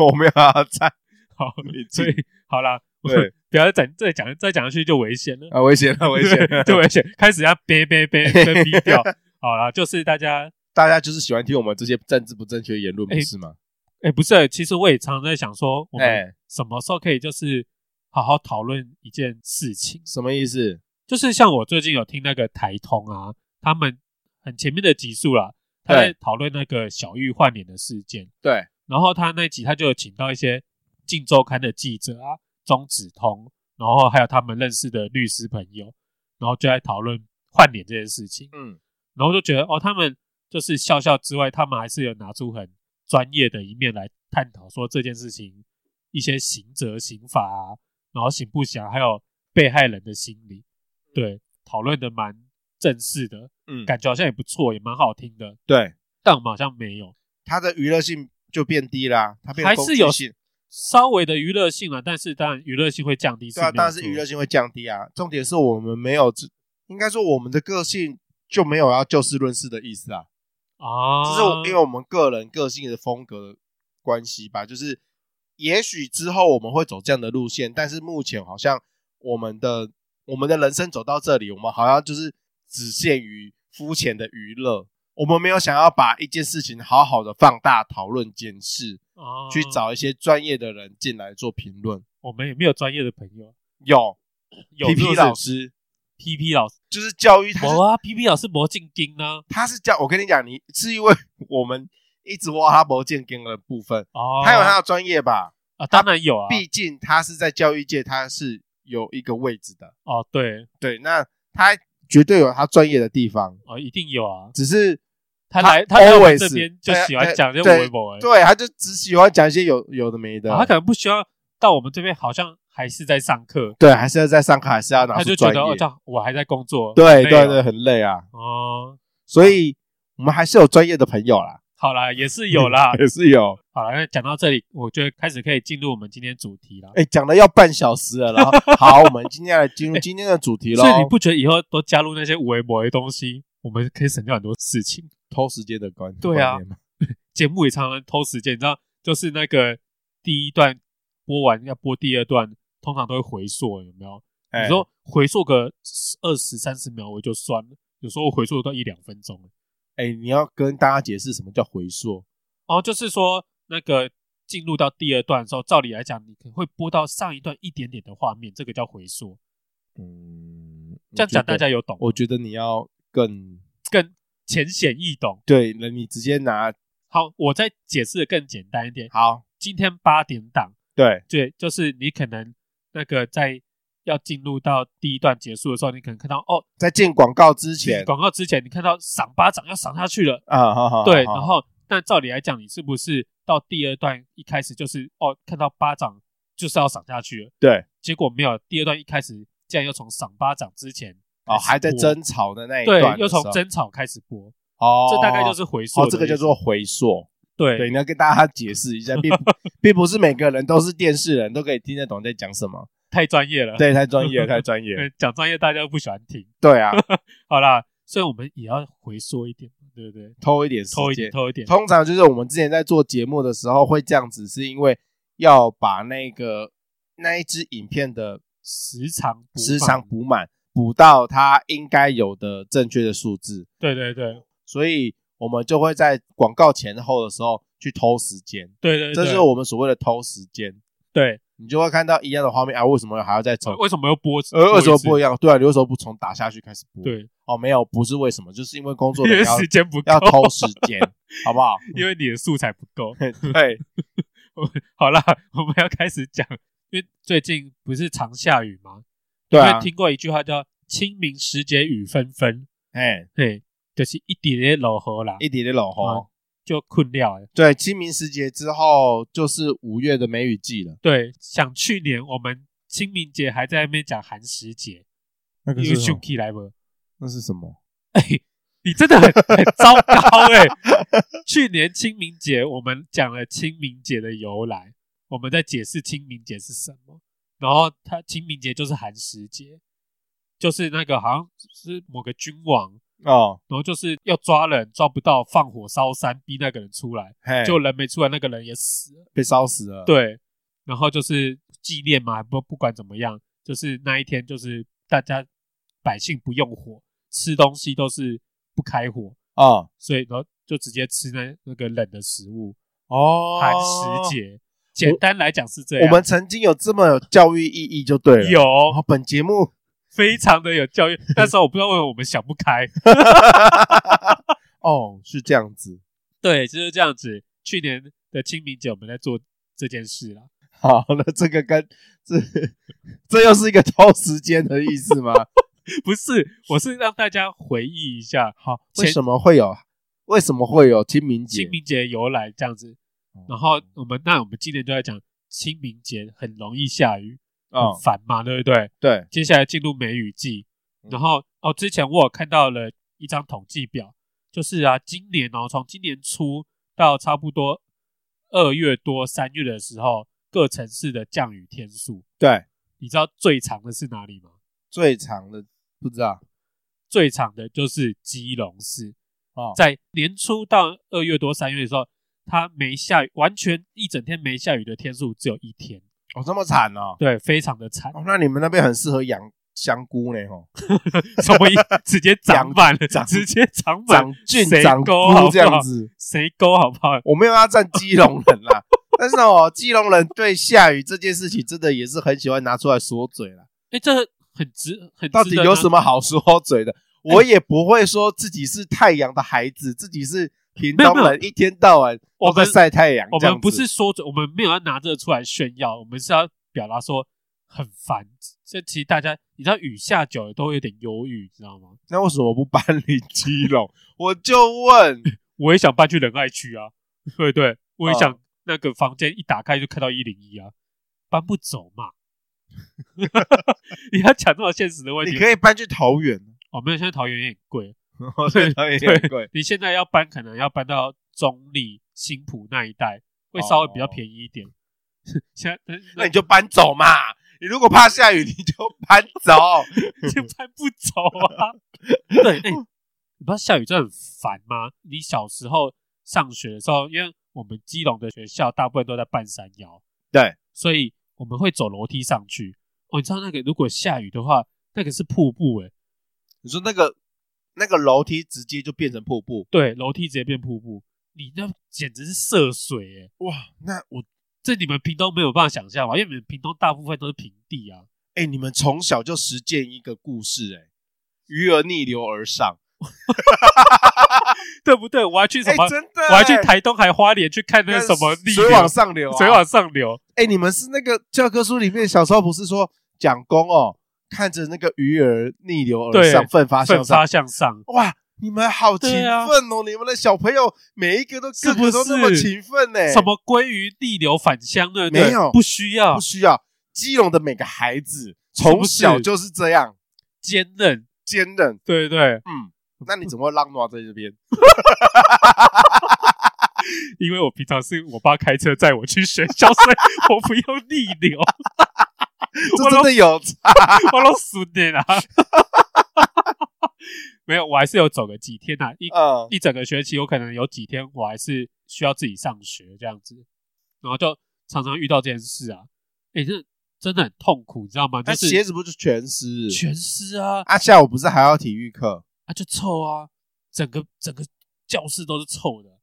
Speaker 1: 我没有要站
Speaker 2: 好，
Speaker 1: 邻
Speaker 2: 所
Speaker 1: 近
Speaker 2: 以，好啦，我
Speaker 1: 对
Speaker 2: *laughs* 不要再再讲再讲下去就危险了，
Speaker 1: 啊，危险了，危险了，
Speaker 2: *laughs* 就危险，开始要憋
Speaker 1: *laughs*
Speaker 2: 憋憋跟逼掉。好啦，就是大家，
Speaker 1: 大家就是喜欢听我们这些政治不正确的言论，
Speaker 2: 哎
Speaker 1: 不是吗？
Speaker 2: 哎、不是、欸，其实我也常常在想说，我们
Speaker 1: 哎，
Speaker 2: 什么时候可以就是好好讨论一件事情。
Speaker 1: 什么意思？
Speaker 2: 就是像我最近有听那个台通啊，他们很前面的集数啦，他在
Speaker 1: 对
Speaker 2: 讨论那个小玉换脸的事件，
Speaker 1: 对，
Speaker 2: 然后他那一集他就有请到一些《镜周刊》的记者啊、中子通，然后还有他们认识的律师朋友，然后就在讨论换脸这件事情，
Speaker 1: 嗯，
Speaker 2: 然后就觉得哦，他们就是笑笑之外，他们还是有拿出很专业的一面来探讨说这件事情一些刑责、刑法啊，然后刑不暇，还有被害人的心理，对，讨论的蛮正式的，
Speaker 1: 嗯
Speaker 2: 感觉好像也不错，也蛮好听的，
Speaker 1: 对，
Speaker 2: 但我们好像没有
Speaker 1: 他的娱乐性就变低啦，他变
Speaker 2: 还
Speaker 1: 成
Speaker 2: 是
Speaker 1: 攻击
Speaker 2: 有
Speaker 1: 性，
Speaker 2: 稍微的娱乐性了，但是当然娱乐性会降低，
Speaker 1: 对啊，
Speaker 2: 没有
Speaker 1: 当然是
Speaker 2: 错
Speaker 1: 娱乐性会降低啊。重点是我们没有，应该说我们的个性就没有要就事论事的意思啊。
Speaker 2: 啊，
Speaker 1: 这是我因为我们个人个性的风格关系吧，就是也许之后我们会走这样的路线，但是目前好像我们的我们的人生走到这里，我们好像就是只限于肤浅的娱乐，我们没有想要把一件事情好好的放大讨论检视，
Speaker 2: 啊
Speaker 1: 去，找一些专业的人进来做评论。
Speaker 2: 我们也没有专业的朋友，
Speaker 1: 有
Speaker 2: 有
Speaker 1: P
Speaker 2: 是不
Speaker 1: P
Speaker 2: 是
Speaker 1: 老师
Speaker 2: P P 老师，
Speaker 1: 就是教育他是
Speaker 2: 我啊 P P 老师魔镜钉呢，
Speaker 1: 他是教我跟你讲，你是因为我们一直挖他不见跟的部分，
Speaker 2: 哦，
Speaker 1: 他有他的专业吧。
Speaker 2: 啊，当然有啊，
Speaker 1: 毕竟他是在教育界，他是有一个位置的。
Speaker 2: 哦对，
Speaker 1: 对，那他绝对有他专业的地方，
Speaker 2: 哦一定有啊，
Speaker 1: 只是
Speaker 2: 他
Speaker 1: 他
Speaker 2: 来他来我们
Speaker 1: always-
Speaker 2: 这边就
Speaker 1: 对
Speaker 2: 喜欢讲这
Speaker 1: 对
Speaker 2: 微博，哎
Speaker 1: 对，他就只喜欢讲一些有有的没的。
Speaker 2: 啊他可能不需要到我们这边，好像还是在上课，
Speaker 1: 对，还是要在上课，还是要拿
Speaker 2: 他
Speaker 1: 出
Speaker 2: 就觉
Speaker 1: 专
Speaker 2: 得哦，
Speaker 1: 业
Speaker 2: 这。样我还在工作，
Speaker 1: 对
Speaker 2: 累
Speaker 1: 对
Speaker 2: 哦
Speaker 1: 对，，很累啊。
Speaker 2: 哦，
Speaker 1: 所以我们还是有专业的朋友啦，，
Speaker 2: 好啦，也是有啦
Speaker 1: *laughs* 也是有。
Speaker 2: 好啦，那讲到这里，我觉得开始可以进入我们今天主题啦。
Speaker 1: 哎，讲了要半小时了，然
Speaker 2: *laughs*
Speaker 1: 后好，我们今天来进入今天的主题喽
Speaker 2: 哎所。以你不觉得以后都加入那些微博的东西，我们可以省掉很多事情？
Speaker 1: 偷时间的观
Speaker 2: 对啊
Speaker 1: 观念吗
Speaker 2: 节目也常常偷时间，你知道，就是那个第一段播完要播第二段，通常都会回溯，有没有？
Speaker 1: 哎
Speaker 2: 你说回溯个二十三十秒我就算了，有时候回溯到一两分钟。
Speaker 1: 哎，你要跟大家解释什么叫回溯？
Speaker 2: 哦，就是说那个进入到第二段的时候，照理来讲，你可能会播到上一段一点点的画面，这个叫回溯。
Speaker 1: 嗯，
Speaker 2: 这样
Speaker 1: 我觉
Speaker 2: 讲
Speaker 1: 得
Speaker 2: 大家有懂吗？
Speaker 1: 我觉得你要更
Speaker 2: 更浅显易懂。
Speaker 1: 对，那你直接拿
Speaker 2: 好，我再解释的更简单一点。
Speaker 1: 好，
Speaker 2: 今天八点档，
Speaker 1: 对
Speaker 2: 对，就是你可能那个在要进入到第一段结束的时候，你可能看到哦，
Speaker 1: 在进广告之前
Speaker 2: 广告之前你看到赏巴掌要赏下去了，
Speaker 1: 啊，好好
Speaker 2: 对，
Speaker 1: 好
Speaker 2: 然后但照理来讲，你是不是到第二段一开始就是哦，看到巴掌就是要赏下去了，
Speaker 1: 对
Speaker 2: 结果没有，第二段一开始竟然又从赏巴掌之前开
Speaker 1: 哦，
Speaker 2: 始
Speaker 1: 还在
Speaker 2: 播
Speaker 1: 争吵的那一
Speaker 2: 对
Speaker 1: 段的时候，，
Speaker 2: 又从争吵开始播，
Speaker 1: 哦，
Speaker 2: 这大概就是回溯
Speaker 1: 哦
Speaker 2: 的，意思。
Speaker 1: 这个叫做回溯。对，
Speaker 2: 对
Speaker 1: 你要跟大家解释一下，并
Speaker 2: *laughs*
Speaker 1: 不并不是每个人都是电视人都可以听得懂在讲什
Speaker 2: *laughs*
Speaker 1: 么。
Speaker 2: 太专业了。
Speaker 1: 对，太专业了，太专业了。
Speaker 2: 对，讲专业大家都不喜欢听。
Speaker 1: 对啊，
Speaker 2: 好啦，所以我们也要回缩一点，对不对？
Speaker 1: 偷一点时
Speaker 2: *laughs* 偷一点，
Speaker 1: 间。
Speaker 2: 偷一点。
Speaker 1: 通常就是我们之前在做节目的时候会这样子，是因为要把那个那一支影片的
Speaker 2: 时长补
Speaker 1: 时
Speaker 2: 满
Speaker 1: 长，补满，补到它应该有的正确的数字，
Speaker 2: 对对对
Speaker 1: 所以我们就会在广告前后的时候去偷时间，
Speaker 2: 对对，
Speaker 1: 这
Speaker 2: 对
Speaker 1: 是我们所谓的偷时间。
Speaker 2: 对。
Speaker 1: 你就会看到一样的画面啊，为什么还要再重？
Speaker 2: 为什么又播？
Speaker 1: 呃，为什么不
Speaker 2: 一
Speaker 1: 一样？对啊，你为什么不从打下去开始播？，
Speaker 2: 对，
Speaker 1: 哦，没有，不是为什么，就是因为工作
Speaker 2: 因
Speaker 1: 的
Speaker 2: 为
Speaker 1: 要
Speaker 2: 时间不够，
Speaker 1: 要偷时间，好不好？
Speaker 2: 因为你的素材不够。
Speaker 1: 嗯对，
Speaker 2: 好啦，我们要开始讲，因为最近不是常下雨吗？
Speaker 1: 对
Speaker 2: 因
Speaker 1: 啊
Speaker 2: 为，听过一句话叫“清明时节雨纷纷
Speaker 1: 哎，”，
Speaker 2: 对，就是一点点落雨啦，
Speaker 1: 一点点老
Speaker 2: 啊
Speaker 1: 红。
Speaker 2: 就困了欸。
Speaker 1: 对，清明时节之后就是五月的梅雨季了。
Speaker 2: 对，想去年我们清明节还在那边讲寒食节，
Speaker 1: 那
Speaker 2: 你有想起来不？
Speaker 1: 那是什么？
Speaker 2: 你真的很很糟糕哎、去年清明节我们讲了清明节的由来，我们在解释清明节是什么，然后它清明节就是寒食节，就是那个好像是某个君王，
Speaker 1: 哦，
Speaker 2: 然后就是要抓人抓不到，放火烧山逼那个人出来，
Speaker 1: 嘿，
Speaker 2: 就人没出来，那个人也死了。
Speaker 1: 被烧死了。，
Speaker 2: 对，然后就是纪念嘛，不不管怎么样，就是那一天就是大家百姓不用火，吃东西都是不开火，
Speaker 1: 哦，
Speaker 2: 所以然后就直接吃那那个冷的食物，
Speaker 1: 哦，
Speaker 2: 寒食。节。简单来讲是这样，
Speaker 1: 我们曾经有这么有教育意义，就对啊了。
Speaker 2: 有
Speaker 1: 然后本节
Speaker 2: *laughs*
Speaker 1: 目，
Speaker 2: 非常的有教育，那时候我不知道为什么我们想不开，
Speaker 1: 哦，是这样子。
Speaker 2: 对，就是这样子。去年的清明节我们在做这件事啦，
Speaker 1: 好了，这个跟这这又是一个偷时间的意思
Speaker 2: *laughs*
Speaker 1: 吗？
Speaker 2: 不是，我是让大家回忆一下
Speaker 1: 好，
Speaker 2: 前
Speaker 1: 为什么会有为什么会有清明节？
Speaker 2: 清明节由来这样子。然后我们那我们今年就在讲清明节很容易下雨，
Speaker 1: 哦
Speaker 2: 很，烦嘛，对不对？
Speaker 1: 对，
Speaker 2: 接下来进入梅雨季，
Speaker 1: 嗯
Speaker 2: 然后哦，之前我有看到了一张统计表，就是啊，今年哦，从今年初到差不多二月多三月的时候，各城市的降雨天数，
Speaker 1: 对，
Speaker 2: 你知道最长的是哪里吗？
Speaker 1: 最长的不知道
Speaker 2: 最长的就是基隆市，
Speaker 1: 哦，
Speaker 2: 在年初到二月多三月的时候，它没下雨，完全一整天没下雨的天数只有一天，
Speaker 1: 哦这么惨哦。
Speaker 2: 对，非常
Speaker 1: *laughs*
Speaker 2: 的惨，
Speaker 1: 哦，那你们那边很适合养香菇呢，吼，
Speaker 2: 什么意思直接长满了，
Speaker 1: 长
Speaker 2: 直接长满
Speaker 1: 长菌
Speaker 2: 谁
Speaker 1: 长
Speaker 2: 勾啊好不好
Speaker 1: 菇这样子。
Speaker 2: 谁勾好不好？
Speaker 1: 我没有要站基隆人啦，但是哦，基隆人对下雨这件事情真的也是很喜欢拿出来说嘴啦。
Speaker 2: 哎、这很值，很值
Speaker 1: 到底
Speaker 2: 得
Speaker 1: 有
Speaker 2: 呢
Speaker 1: 什么好说嘴的？我也不会说自己是太阳的孩子，自己是屏
Speaker 2: 没有
Speaker 1: 东
Speaker 2: 没有
Speaker 1: 人，一天到晚
Speaker 2: 我
Speaker 1: 都在
Speaker 2: 们
Speaker 1: 晒太阳。
Speaker 2: 我
Speaker 1: 这样
Speaker 2: 们不
Speaker 1: 子
Speaker 2: 是说着，我们没有要拿这个出来炫耀，我们是要表达说很烦。这其实大家，你知道雨下久了都会有点忧郁，你知道吗？
Speaker 1: 那为什么不搬离基隆？我就问，
Speaker 2: 我也想搬去仁爱区啊，对不对？我也
Speaker 1: 嗯
Speaker 2: 想那个房间一打开就看到一零一啊，搬不走嘛。 *laughs* 你要讲这么现实的问
Speaker 1: 你
Speaker 2: 题，
Speaker 1: 可以搬去桃园， *laughs*
Speaker 2: 哦，没有，现在桃园有点贵，
Speaker 1: 对，桃园很贵。
Speaker 2: 你现在要搬可能要搬到中立、新浦那一带，会稍微比较
Speaker 1: 哦
Speaker 2: 便宜一点。 *laughs* 现在
Speaker 1: 那你就搬走嘛。你如果怕下雨，你就搬走。 *laughs*
Speaker 2: 就搬不走啊。嗯 *laughs* 对，哎、你不知道下雨真的很烦吗？你小时候上学的时候，因为我们基隆的学校大部分都在半山腰，
Speaker 1: 对，
Speaker 2: 所以我们会走楼梯上去。哦，你知道那个如果下雨的话，那个是瀑布欸诶、
Speaker 1: 你说那个那个楼梯直接就变成瀑布，
Speaker 2: 对，楼梯直接变瀑布，你那简直是涉水诶、
Speaker 1: 哇！那我
Speaker 2: 这你们屏东没有办法想象吧？因为你们屏东大部分都是平地啊。
Speaker 1: 哎、你们从小就实践一个故事、哎，鱼儿逆流而上，
Speaker 2: 对不对？我还去什
Speaker 1: 哎、
Speaker 2: 么？
Speaker 1: 真的、
Speaker 2: 我还去
Speaker 1: 哎
Speaker 2: 台东还花莲去欸看那个什么逆
Speaker 1: 水
Speaker 2: 流
Speaker 1: 往上流、啊，
Speaker 2: 水往上流。
Speaker 1: 哎、你们是那个教科书里面小时候不是说蒋公哦，看着那个鱼儿逆流而
Speaker 2: 对
Speaker 1: 上，奋发向
Speaker 2: 奋
Speaker 1: 上
Speaker 2: 发，向啊上，
Speaker 1: 哇！你们好勤
Speaker 2: 对啊
Speaker 1: 奋哦！你们的小朋友每一个都
Speaker 2: 是
Speaker 1: 个
Speaker 2: 不
Speaker 1: 个都那么
Speaker 2: 是
Speaker 1: 勤奋呢、
Speaker 2: 什么鲑鱼逆流返乡，对不对？
Speaker 1: 没有
Speaker 2: 不需要
Speaker 1: 不需要。基隆的每个孩子
Speaker 2: 是不
Speaker 1: 从
Speaker 2: 是
Speaker 1: 小就是这样，
Speaker 2: 坚韧，
Speaker 1: 坚韧，
Speaker 2: 对对，
Speaker 1: 嗯，那你怎么会浪挪在这
Speaker 2: *laughs*
Speaker 1: 边？
Speaker 2: 因为我平常是我爸开车载我去学校，所以我不用逆流，
Speaker 1: *laughs* 这真的有差
Speaker 2: 我都熟的啦。 *laughs* 没有，我还是有走个几天啊，一
Speaker 1: 嗯，
Speaker 2: 一整个学期，我可能有几天我还是需要自己上学这样子，然后就常常遇到这件事啊，哎、这真的很痛苦，你知道吗？就
Speaker 1: 但
Speaker 2: 是
Speaker 1: 鞋子不是全湿？
Speaker 2: 全湿啊，
Speaker 1: 啊，下午不是还要体育课？
Speaker 2: 啊就臭啊，整个整个教室都是臭的。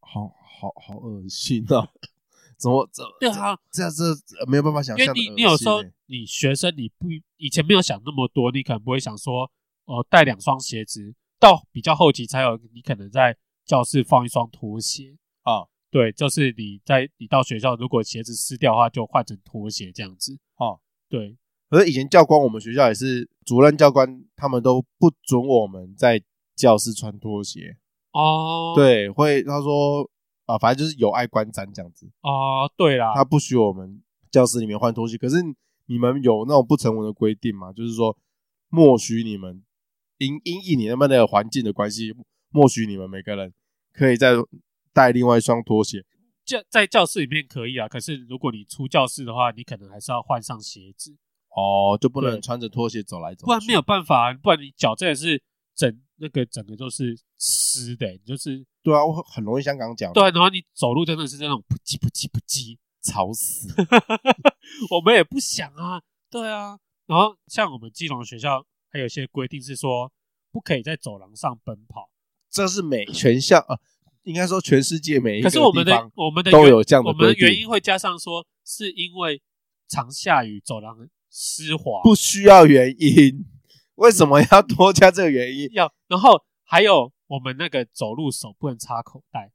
Speaker 1: 好好好恶心哦！ *laughs* 怎么这
Speaker 2: 啊对啊，
Speaker 1: 这这这没有办法想
Speaker 2: 因
Speaker 1: 象
Speaker 2: 为
Speaker 1: 的
Speaker 2: 你
Speaker 1: 恶
Speaker 2: 你有
Speaker 1: 心
Speaker 2: 时候
Speaker 1: 欸
Speaker 2: 你学生你不以前没有想那么多，你可能不会想说，呃，带两双鞋子，到比较后期才有，你可能在教室放一双拖鞋
Speaker 1: 啊。
Speaker 2: 对，就是你在你到学校，如果鞋子湿掉的话，就换成拖鞋这样子
Speaker 1: 啊。
Speaker 2: 对，
Speaker 1: 可是以前教官，我们学校也是主任教官，他们都不准我们在教室穿拖鞋。
Speaker 2: 哦，
Speaker 1: 对，会他说啊、反正就是有碍观瞻这样子，
Speaker 2: 哦，对啦，
Speaker 1: 他不许我们教室里面换拖鞋。可是你们有那种不成文的规定吗？就是说，默许你们因因应你那边的环境的关系，默许你们每个人可以再带另外一双拖鞋。
Speaker 2: 教在教室里面可以啊，可是如果你出教室的话，你可能还是要换上鞋子，
Speaker 1: 哦，就不
Speaker 2: 对
Speaker 1: 能穿着拖鞋走来走去，
Speaker 2: 不然没有办法、啊，不然你脚真的是整那个整个都是湿的、你就是
Speaker 1: 对啊，我很很容易香港脚，
Speaker 2: 对，，然啊后你走路真的是那种不叽不叽不 *laughs* 叽，
Speaker 1: 吵死。
Speaker 2: 我们也不想啊，对啊。然后像我们基隆学校还有一些规定是说，不可以在走廊上奔跑。
Speaker 1: 这是每全校啊、呃应该说全世界每一
Speaker 2: 可
Speaker 1: 个
Speaker 2: 是我们
Speaker 1: 地
Speaker 2: 的
Speaker 1: 方
Speaker 2: 我们的
Speaker 1: 都
Speaker 2: 原
Speaker 1: 有这样的
Speaker 2: 我们的
Speaker 1: 规定
Speaker 2: 原因会加上说，是因为常下雨，走廊湿滑，
Speaker 1: 不需要原因， *laughs* 为什么要多加这个原因？
Speaker 2: 要。然后还有我们那个走路手不能插口袋，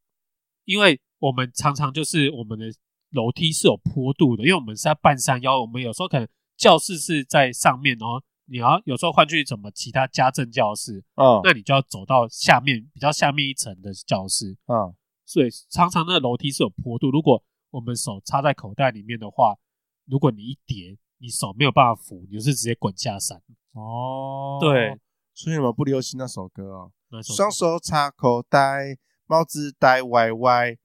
Speaker 2: 因为我们常常就是我们的楼梯是有坡度的，因为我们是在半山腰，我们有时候可能教室是在上面，然后你要有时候换去什么其他家政教室，
Speaker 1: 嗯
Speaker 2: 那你就要走到下面比较下面一层的教室，
Speaker 1: 嗯，
Speaker 2: 所以常常那个楼梯是有坡度，如果我们手插在口袋里面的话，如果你一跌，你手没有办法扶，你就是直接滚下山。
Speaker 1: 哦
Speaker 2: 对，
Speaker 1: 所以你们不流行那首歌哦，
Speaker 2: 那时候
Speaker 1: 双手插口袋，帽子戴歪歪，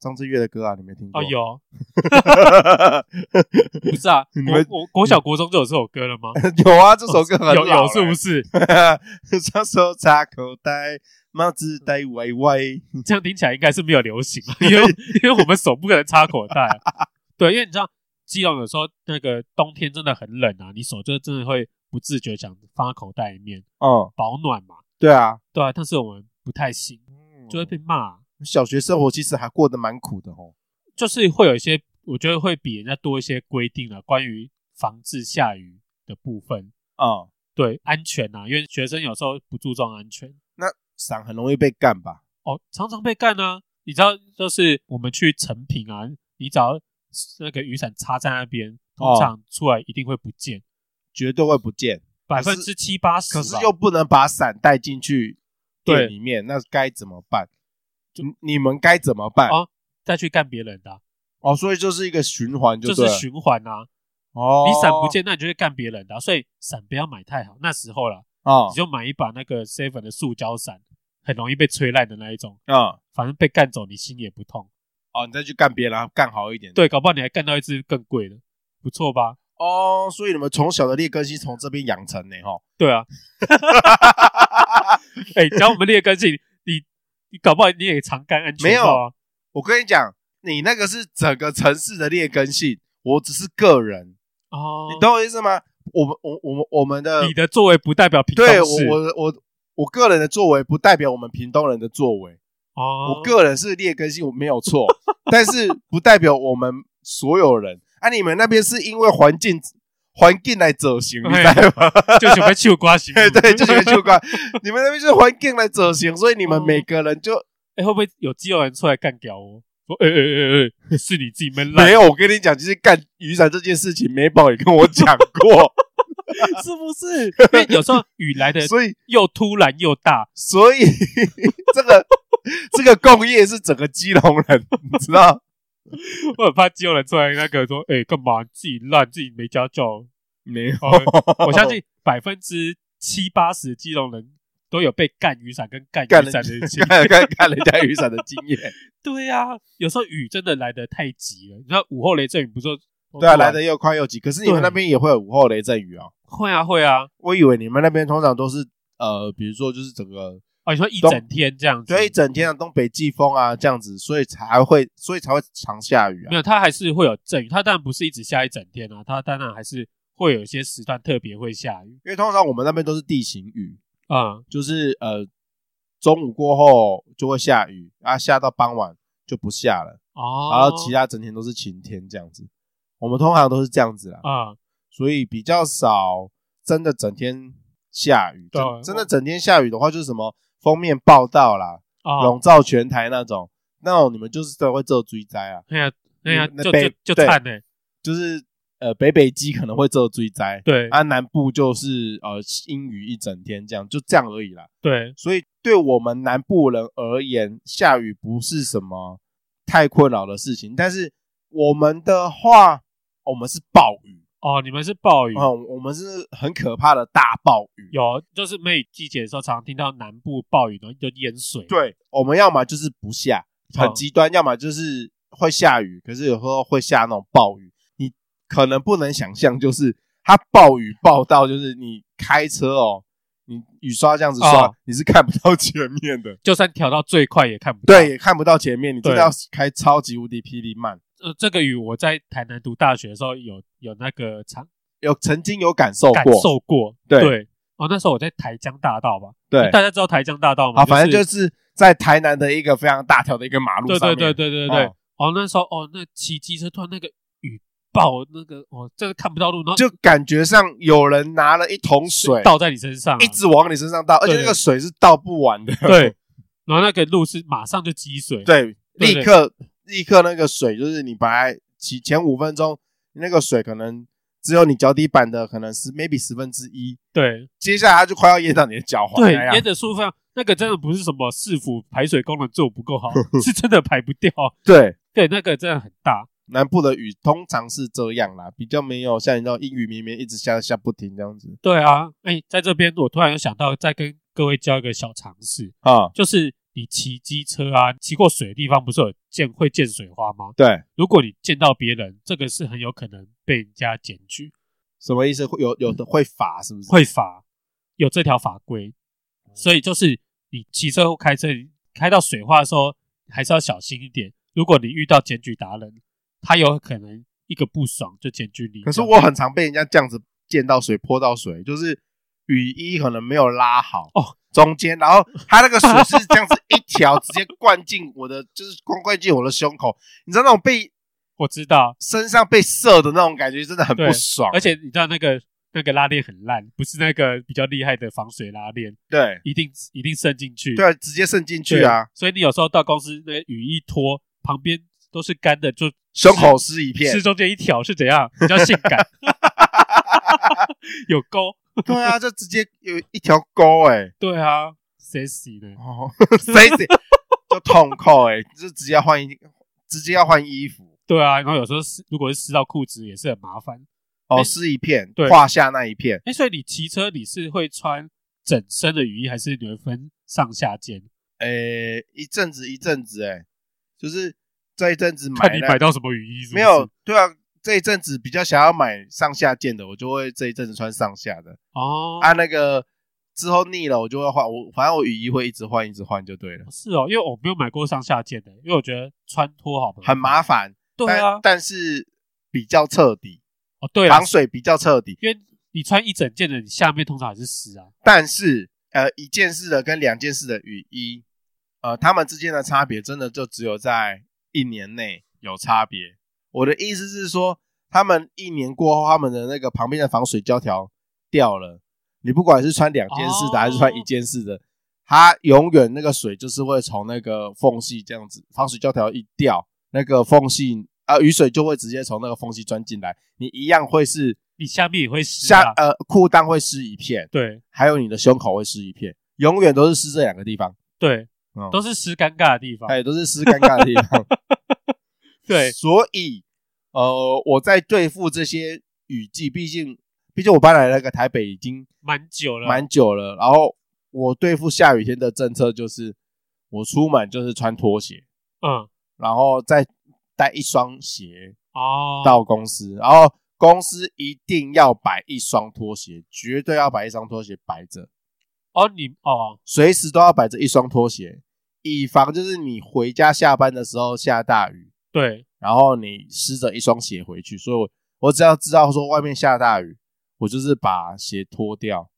Speaker 1: 张震岳的歌啊，你没听过？
Speaker 2: 哦，有， *laughs* 不是啊，
Speaker 1: 你
Speaker 2: 我
Speaker 1: 们
Speaker 2: 我国小国中就有这首歌了吗？
Speaker 1: *laughs* 有啊，这首歌 *laughs* 很
Speaker 2: 有有
Speaker 1: 老
Speaker 2: 是
Speaker 1: 欸
Speaker 2: 不
Speaker 1: *laughs*
Speaker 2: 是？
Speaker 1: 双手插口袋，帽子戴歪歪。
Speaker 2: 这样听起来应该是没有流行，啊
Speaker 1: *laughs*
Speaker 2: 因为因为我们手不可能插口袋啊、对，因为你知道基隆有时候那个冬天真的很冷啊，你手就真的会不自觉想放在口袋里面
Speaker 1: 嗯，
Speaker 2: 保暖嘛，
Speaker 1: 对啊，
Speaker 2: 对啊，但是我们不太行，
Speaker 1: 嗯
Speaker 2: 就会被骂啊、
Speaker 1: 小学生活其实还过得蛮苦的哦。
Speaker 2: 就是会有一些我觉得会比人家多一些规定了、关于防治下雨的部分，
Speaker 1: 嗯，
Speaker 2: 对安全啊，因为学生有时候不注重安全。
Speaker 1: 那伞很容易被干吧？
Speaker 2: 哦，常常被干啊。你知道，就是我们去成品啊，你只要那个雨伞插在那边，通
Speaker 1: 哦
Speaker 2: 常出来一定会不见，
Speaker 1: 绝对会不见。
Speaker 2: 百
Speaker 1: 可
Speaker 2: 分
Speaker 1: 是
Speaker 2: 之七八十吧。
Speaker 1: 可是又不能把伞带进去
Speaker 2: 对
Speaker 1: 店里面，那该怎么办？你你们该怎么办？
Speaker 2: 哦再去干别人的啊、
Speaker 1: 哦，所以就是一个循环
Speaker 2: 就
Speaker 1: 对
Speaker 2: 是
Speaker 1: 了
Speaker 2: 循环啊。
Speaker 1: 哦，
Speaker 2: 你伞不见，那你就会干别人的啊、所以伞不要买太好，那时候啦，
Speaker 1: 啊
Speaker 2: 你就买一把那个 seven 的塑胶伞，很容易被吹烂的那一种，
Speaker 1: 啊
Speaker 2: 反正被干走你心也不痛。
Speaker 1: 哦，你再去干别人，然后干好一点。
Speaker 2: 对，搞不好你还干到一只更贵的，不错吧？
Speaker 1: 哦，所以你们从小的劣根性从这边养成的哈。 *laughs*
Speaker 2: 对啊， *laughs* 哎、讲我们劣根性，你你搞不好你也常干安全
Speaker 1: 没有
Speaker 2: 帽啊，
Speaker 1: 我跟你讲，你那个是整个城市的劣根性，我只是个人，
Speaker 2: 哦，
Speaker 1: 你懂我意思吗？我们我我们我们的
Speaker 2: 你的作为不代表平
Speaker 1: 对
Speaker 2: 常
Speaker 1: 我
Speaker 2: 事
Speaker 1: 我我我个人的作为不代表我们屏东人的作为，
Speaker 2: 哦，
Speaker 1: 我个人是劣根性，我没有
Speaker 2: *laughs*
Speaker 1: 错，但是不代表我们所有人。啊，你们那边是因为环境环境来者行，你知
Speaker 2: 哎
Speaker 1: 道吗？ *laughs*
Speaker 2: 就喜欢秋瓜型，
Speaker 1: 对对，就学
Speaker 2: *laughs*
Speaker 1: 就怪，你们那边就是环境来者行，所以你们
Speaker 2: 哦
Speaker 1: 每个人就
Speaker 2: 哎、会不会有肌肉人出来干掉我？说哎哎哎哎，是你自己闷烂
Speaker 1: 没，有。我跟你讲，就是干雨伞这件事情，美宝也跟我讲过，
Speaker 2: *laughs* 是不是？因为有时候雨来的
Speaker 1: 所以
Speaker 2: 又突然又大， *laughs*
Speaker 1: 所以这个这个共业是整个基隆人，你知道？
Speaker 2: 我很怕肌肉人出来那个说哎干、嘛自己烂自己没家教，
Speaker 1: 没有
Speaker 2: 哦，我相信百分之七八十基隆人都有被干雨伞跟干
Speaker 1: 干
Speaker 2: 雨
Speaker 1: 人
Speaker 2: 伞
Speaker 1: *laughs*
Speaker 2: 的经
Speaker 1: 看看看人家雨伞的经验，
Speaker 2: 对啊，有时候雨真的来得太急了。你知道午后雷阵雨不是说
Speaker 1: 对啊，来的又快又急。可是你们
Speaker 2: 对
Speaker 1: 那边也会有午后雷阵雨哦。
Speaker 2: 会啊会啊，
Speaker 1: 我以为你们那边通常都是呃，比如说就是整个
Speaker 2: 哦你说一整天这样子，
Speaker 1: 对一整天的东北季风啊这样子，所以才会所以才会常下雨啊。
Speaker 2: 没有它还是会有阵雨，它当然不是一直下一整天啊，它当然还是会有一些时段特别会下雨
Speaker 1: 因为通常我们那边都是地形雨，
Speaker 2: 啊、嗯
Speaker 1: 就是呃中午过后就会下雨啊，下到傍晚就不下了，
Speaker 2: 哦，
Speaker 1: 然后其他整天都是晴天这样子。我们通常都是这样子啦，
Speaker 2: 啊、
Speaker 1: 所以比较少真的整天下雨。
Speaker 2: 对啊
Speaker 1: 真真的整天下雨的话，就是什么封面报道啦，
Speaker 2: 哦，
Speaker 1: 笼罩全台那种，那种你们就是都会做追灾啊，
Speaker 2: 哎呀哎呀，
Speaker 1: 你们
Speaker 2: 就
Speaker 1: 被
Speaker 2: 就就
Speaker 1: 对
Speaker 2: 惨呢、欸，
Speaker 1: 就是呃北北基可能会做追灾，
Speaker 2: 对、
Speaker 1: 啊南部就是呃阴雨一整天这样，就这样而已啦。
Speaker 2: 对，
Speaker 1: 所以对我们南部人而言，下雨不是什么太困扰的事情，但是我们的话，我们是暴雨，
Speaker 2: 哦，你们是暴雨。
Speaker 1: 嗯，我们是很可怕的大暴雨。
Speaker 2: 有，就是梅雨季节的时候，常常听到南部暴雨，然后就淹水。
Speaker 1: 对，我们要么就是不下，很
Speaker 2: 嗯
Speaker 1: 极端；要么就是会下雨，可是有时候会下那种暴雨，你可能不能想象，就是它暴雨暴到，就是你开车哦，你雨刷这样子刷，
Speaker 2: 哦
Speaker 1: 你是看不到前面
Speaker 2: *laughs*
Speaker 1: 的，
Speaker 2: 就算调到最快也看不到。
Speaker 1: 对，，也看不到前面，你真的
Speaker 2: 啊
Speaker 1: 要
Speaker 2: 对
Speaker 1: 开超级无敌霹雳慢。
Speaker 2: 呃，这个雨我在台南读大学的时候有有那个尝
Speaker 1: 有曾经有感受
Speaker 2: 感
Speaker 1: 过，
Speaker 2: 受过，
Speaker 1: 对
Speaker 2: 哦，那时候我在台江大道吧，
Speaker 1: 对，
Speaker 2: 大家知道台江大道吗？
Speaker 1: 啊，反正
Speaker 2: 是
Speaker 1: 就是在台南的一个非常大条的一个马路
Speaker 2: 对
Speaker 1: 上
Speaker 2: 对
Speaker 1: 面，
Speaker 2: 对对对对
Speaker 1: 哦，
Speaker 2: 哦，那时候哦，那骑机车突然那个雨爆，那个哦，真的看不到路，然后
Speaker 1: 就感觉上有人拿了一桶水，
Speaker 2: 倒在你身上啊，
Speaker 1: 一直往你身上倒，而且
Speaker 2: 对
Speaker 1: 那个水是倒不完的。
Speaker 2: 对，然后那个路是马上就积水，
Speaker 1: 对，
Speaker 2: 对
Speaker 1: 立刻立刻那个水就是你本来起前五分钟那个水可能只有你脚底板的可能是 maybe 十分之一，
Speaker 2: 对
Speaker 1: 接下来它就快要淹到你的脚踝
Speaker 2: 对
Speaker 1: 那，样
Speaker 2: 沿着舒服，那个真的不是什么市府排水功能做
Speaker 1: *laughs*
Speaker 2: 不够好，是真的排不掉，
Speaker 1: 对，
Speaker 2: 对，那个真的很大，
Speaker 1: 南部的雨通常是这样啦，比较没有像你那种阴雨绵绵一直下下不停这样子
Speaker 2: 对啊，哎，在这边我突然又想到，再跟各位教一个小常识，
Speaker 1: 啊。
Speaker 2: 就是你骑机车啊，骑过水的地方不是有溅会溅水花吗？
Speaker 1: 对，
Speaker 2: 如果你溅到别人，这个是很有可能被人家检举，
Speaker 1: 什么意思？会有有的会罚是不是？
Speaker 2: 会罚，有这条法规。所以就是你骑车或开车开到水花的时候，还是要小心一点。如果你遇到检举达人，他有可能一个不爽就检举你。
Speaker 1: 可是我很常被人家这样子溅到水、泼到水，就是雨衣可能没有拉好
Speaker 2: 哦，
Speaker 1: 中间，然后它那个水是这样子一条直接灌进我的，就是光灌进我的胸口，你知道那种被
Speaker 2: 我知道，
Speaker 1: 身上被射的那种感觉，真的很不
Speaker 2: 对
Speaker 1: 爽。
Speaker 2: 而且你知道那个那个拉链很烂，不是那个比较厉害的防水拉链，
Speaker 1: 对
Speaker 2: 一定一定渗进去。
Speaker 1: 对，啊直接渗进
Speaker 2: 对
Speaker 1: 去啊，，
Speaker 2: 所以你有时候到公司那个雨衣脱，旁边都是干的，就
Speaker 1: 胸口湿一片
Speaker 2: 是。中间一条是
Speaker 1: *laughs*
Speaker 2: 怎样比较性感， *laughs* 有沟。
Speaker 1: 对啊，就直接有一条沟哎、
Speaker 2: 对啊，谁洗的？
Speaker 1: 哦，谁谁就痛扣哎、就直接换衣，直接要换衣服
Speaker 2: 对啊，然后有时候湿，如果是湿到裤子也是很麻烦。
Speaker 1: 哦，
Speaker 2: 哎
Speaker 1: 湿一片
Speaker 2: 对，
Speaker 1: 胯下那一片。
Speaker 2: 哎，所以你骑车你是会穿整身的雨衣，还是你会分上下件？
Speaker 1: 诶、一阵子一阵子、欸，就是这一阵子买
Speaker 2: 看你
Speaker 1: 那
Speaker 2: 买到什么雨衣是不是
Speaker 1: 没有？对啊，这一阵子比较想要买上下件的，我就会这一阵子穿上下的。
Speaker 2: 哦。
Speaker 1: 啊，那个之后腻了，我就会换。我反正我雨衣会一直换，一直换就对了，
Speaker 2: 是哦，因为我没有买过上下件的，因为我觉得穿脱好
Speaker 1: 很麻烦。
Speaker 2: 对啊
Speaker 1: 但，但是比较彻底，
Speaker 2: 哦对啊
Speaker 1: 防，水比较彻底。
Speaker 2: 因为你穿一整件的，你下面通常还是湿啊。
Speaker 1: 但是呃，一件式的跟两件式的雨衣，呃，它们之间的差别真的就只有在一年内有差别。我的意思是说，他们一年过后，他们的那个旁边的防水胶条掉了，你不管是穿两件式的
Speaker 2: 哦
Speaker 1: 还是穿一件式的，它永远那个水就是会从那个缝隙这样子，防水胶条一掉，那个缝隙。啊，雨水就会直接从那个缝隙钻进来，你一样会是
Speaker 2: 你下面也会湿
Speaker 1: 下
Speaker 2: 啊。
Speaker 1: 呃裤裆会湿一片，
Speaker 2: 对
Speaker 1: 还有你的胸口会湿一片，永远都是湿这两个地方，
Speaker 2: 对，
Speaker 1: 嗯，
Speaker 2: 都是湿尴尬的地方。
Speaker 1: 哎，都是湿尴尬的地方。
Speaker 2: 对
Speaker 1: 所以呃，我在对付这些雨季，毕竟毕竟我搬来那个台北已经
Speaker 2: 蛮久了，
Speaker 1: 蛮久了，然后我对付下雨天的政策就是，我出门就是穿拖鞋，
Speaker 2: 嗯
Speaker 1: 然后再带一双鞋
Speaker 2: 哦，
Speaker 1: 到公司，然后公司一定要摆一双拖鞋，绝对要摆一双拖鞋摆着，
Speaker 2: 哦你哦
Speaker 1: 随时都要摆着一双拖鞋，以防就是你回家下班的时候下大雨，
Speaker 2: 对，
Speaker 1: 然后你湿着一双鞋回去，所以我我只要知道说外面下大雨，我就是把鞋脱掉，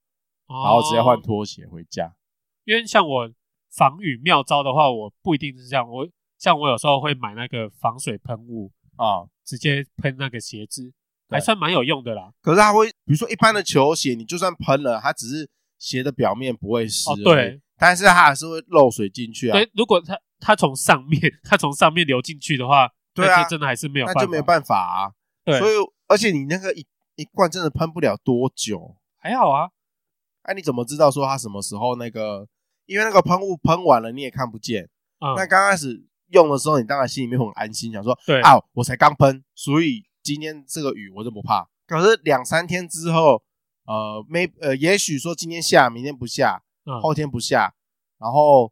Speaker 1: 然
Speaker 2: 然
Speaker 1: 后直接换拖鞋回家。
Speaker 2: 哦因为像我防雨妙招的话，我不一定是这样。我像我有时候会买那个防水喷雾，
Speaker 1: 啊、
Speaker 2: 直接喷那个鞋子，
Speaker 1: 对
Speaker 2: 还算蛮有用的啦。
Speaker 1: 可是它会，比如说一般的球鞋，你就算喷了，它只是鞋的表面不会湿、
Speaker 2: 哦对，
Speaker 1: 但是它还是会漏水进去啊。
Speaker 2: 对，如果它它从上面 *laughs* 它从上面流进去的话，
Speaker 1: 对
Speaker 2: 那
Speaker 1: 啊
Speaker 2: 就真的还是没有办
Speaker 1: 那
Speaker 2: 法，
Speaker 1: 就没办法啊。
Speaker 2: 对
Speaker 1: 所以而且你那个一一罐真的喷不了多久，
Speaker 2: 还好啊。
Speaker 1: 哎、你怎么知道说它什么时候那个？因为那个喷雾喷完了你也看不见。
Speaker 2: 嗯，
Speaker 1: 那刚开始用的时候，你当然心里面很安心，想说
Speaker 2: 对
Speaker 1: 啊，我才刚喷，所以今天这个雨我就不怕。可是两三天之后，呃，没呃，也许说今天下，明天不下，
Speaker 2: 嗯
Speaker 1: 后天不下，然后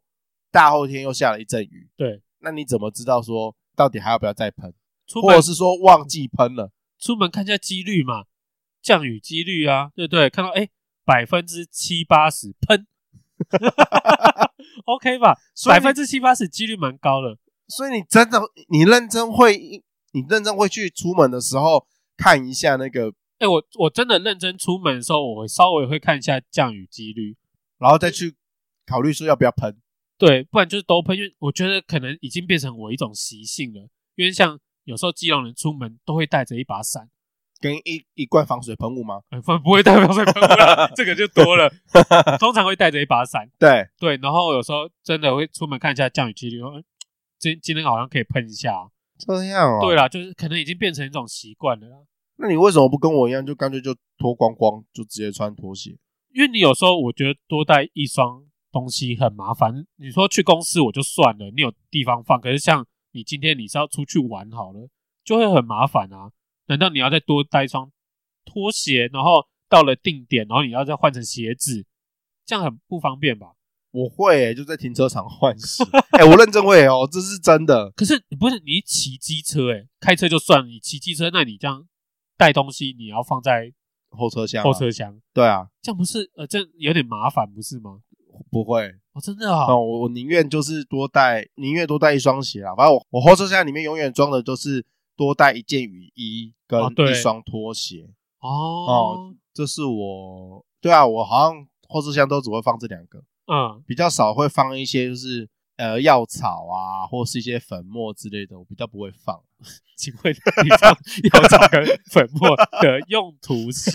Speaker 1: 大后天又下了一阵雨。
Speaker 2: 对，
Speaker 1: 那你怎么知道说到底还要不要再喷，
Speaker 2: 出
Speaker 1: 或
Speaker 2: 门
Speaker 1: 者是说忘记喷了？
Speaker 2: 出门看一下几率嘛，降雨几率啊，对不对？看到哎百分之七八十喷 *laughs* ，OK 吧？
Speaker 1: 所以
Speaker 2: 百
Speaker 1: 你
Speaker 2: 分之七八十几率蛮高的。
Speaker 1: 所以你真的，你认真会，你认真会去出门的时候看一下那个，
Speaker 2: 哎、我我真的认真出门的时候，我会稍微会看一下降雨几率，
Speaker 1: 然后再去考虑说要不要喷。
Speaker 2: 对，不然就是都喷。因为我觉得可能已经变成我一种习性了。因为像有时候基隆人出门都会带着一把伞，
Speaker 1: 跟一一罐防水喷雾吗？
Speaker 2: 呃 *laughs* 不不会带防水喷雾 *laughs* 啦，这个就多了。通常会带着一把伞，
Speaker 1: 对，
Speaker 2: 对，然后有时候真的会出门看一下降雨几率，说嗯今今天好像可以喷一下啊、
Speaker 1: 这样哦。
Speaker 2: 对啦，就是可能已经变成一种习惯了啦。
Speaker 1: 那你为什么不跟我一样，就干脆就脱光光，就直接穿拖鞋？
Speaker 2: 因为你有时候我觉得多带一双东西很麻烦。你说去公司我就算了，你有地方放，可是像你今天你是要出去玩好了，就会很麻烦啊。难道你要再多带一双拖鞋，然后到了定点，然后你要再换成鞋子，这样很不方便吧？
Speaker 1: 我会欸、就在停车场换
Speaker 2: *laughs*
Speaker 1: 鞋。哎、我认真会哦、这是真的。
Speaker 2: 可是不是你骑机车诶、开车就算了，你骑机车，那你这样带东西你要放在
Speaker 1: 后车厢、啊，
Speaker 2: 后车厢，
Speaker 1: 对啊，
Speaker 2: 这样不是呃这样有点麻烦不是吗？
Speaker 1: 不会。
Speaker 2: 哦，真的啊、
Speaker 1: 那、我我宁愿就是多带，宁愿多带一双鞋啊。反正我我后车厢里面永远装的都是多带一件雨衣跟
Speaker 2: 哦对
Speaker 1: 一双拖鞋。
Speaker 2: 哦，
Speaker 1: 这是我对啊，我好像后车厢都只会放这两个，
Speaker 2: 嗯。
Speaker 1: 比较少会放一些就是呃药草啊，或是一些粉末之类的，我比较不会放。
Speaker 2: *laughs* 请问你放药草跟粉末的用途 *laughs* 是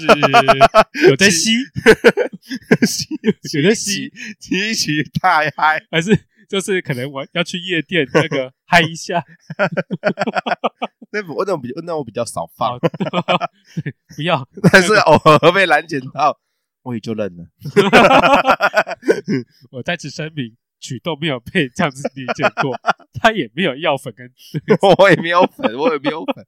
Speaker 2: 有在吸，
Speaker 1: *laughs*
Speaker 2: 有在吸，
Speaker 1: 提起太嗨，
Speaker 2: 还是就是可能我要去夜店那 *laughs* 个嗨一下，
Speaker 1: 那我那我比那我比较少放
Speaker 2: 好，不要
Speaker 1: 但是偶尔被拦截到，我也就认了。 *laughs*
Speaker 2: 我再次声明，曲都没有被这样子理解过，他也没有药粉跟
Speaker 1: 我也没有粉，我也没有粉。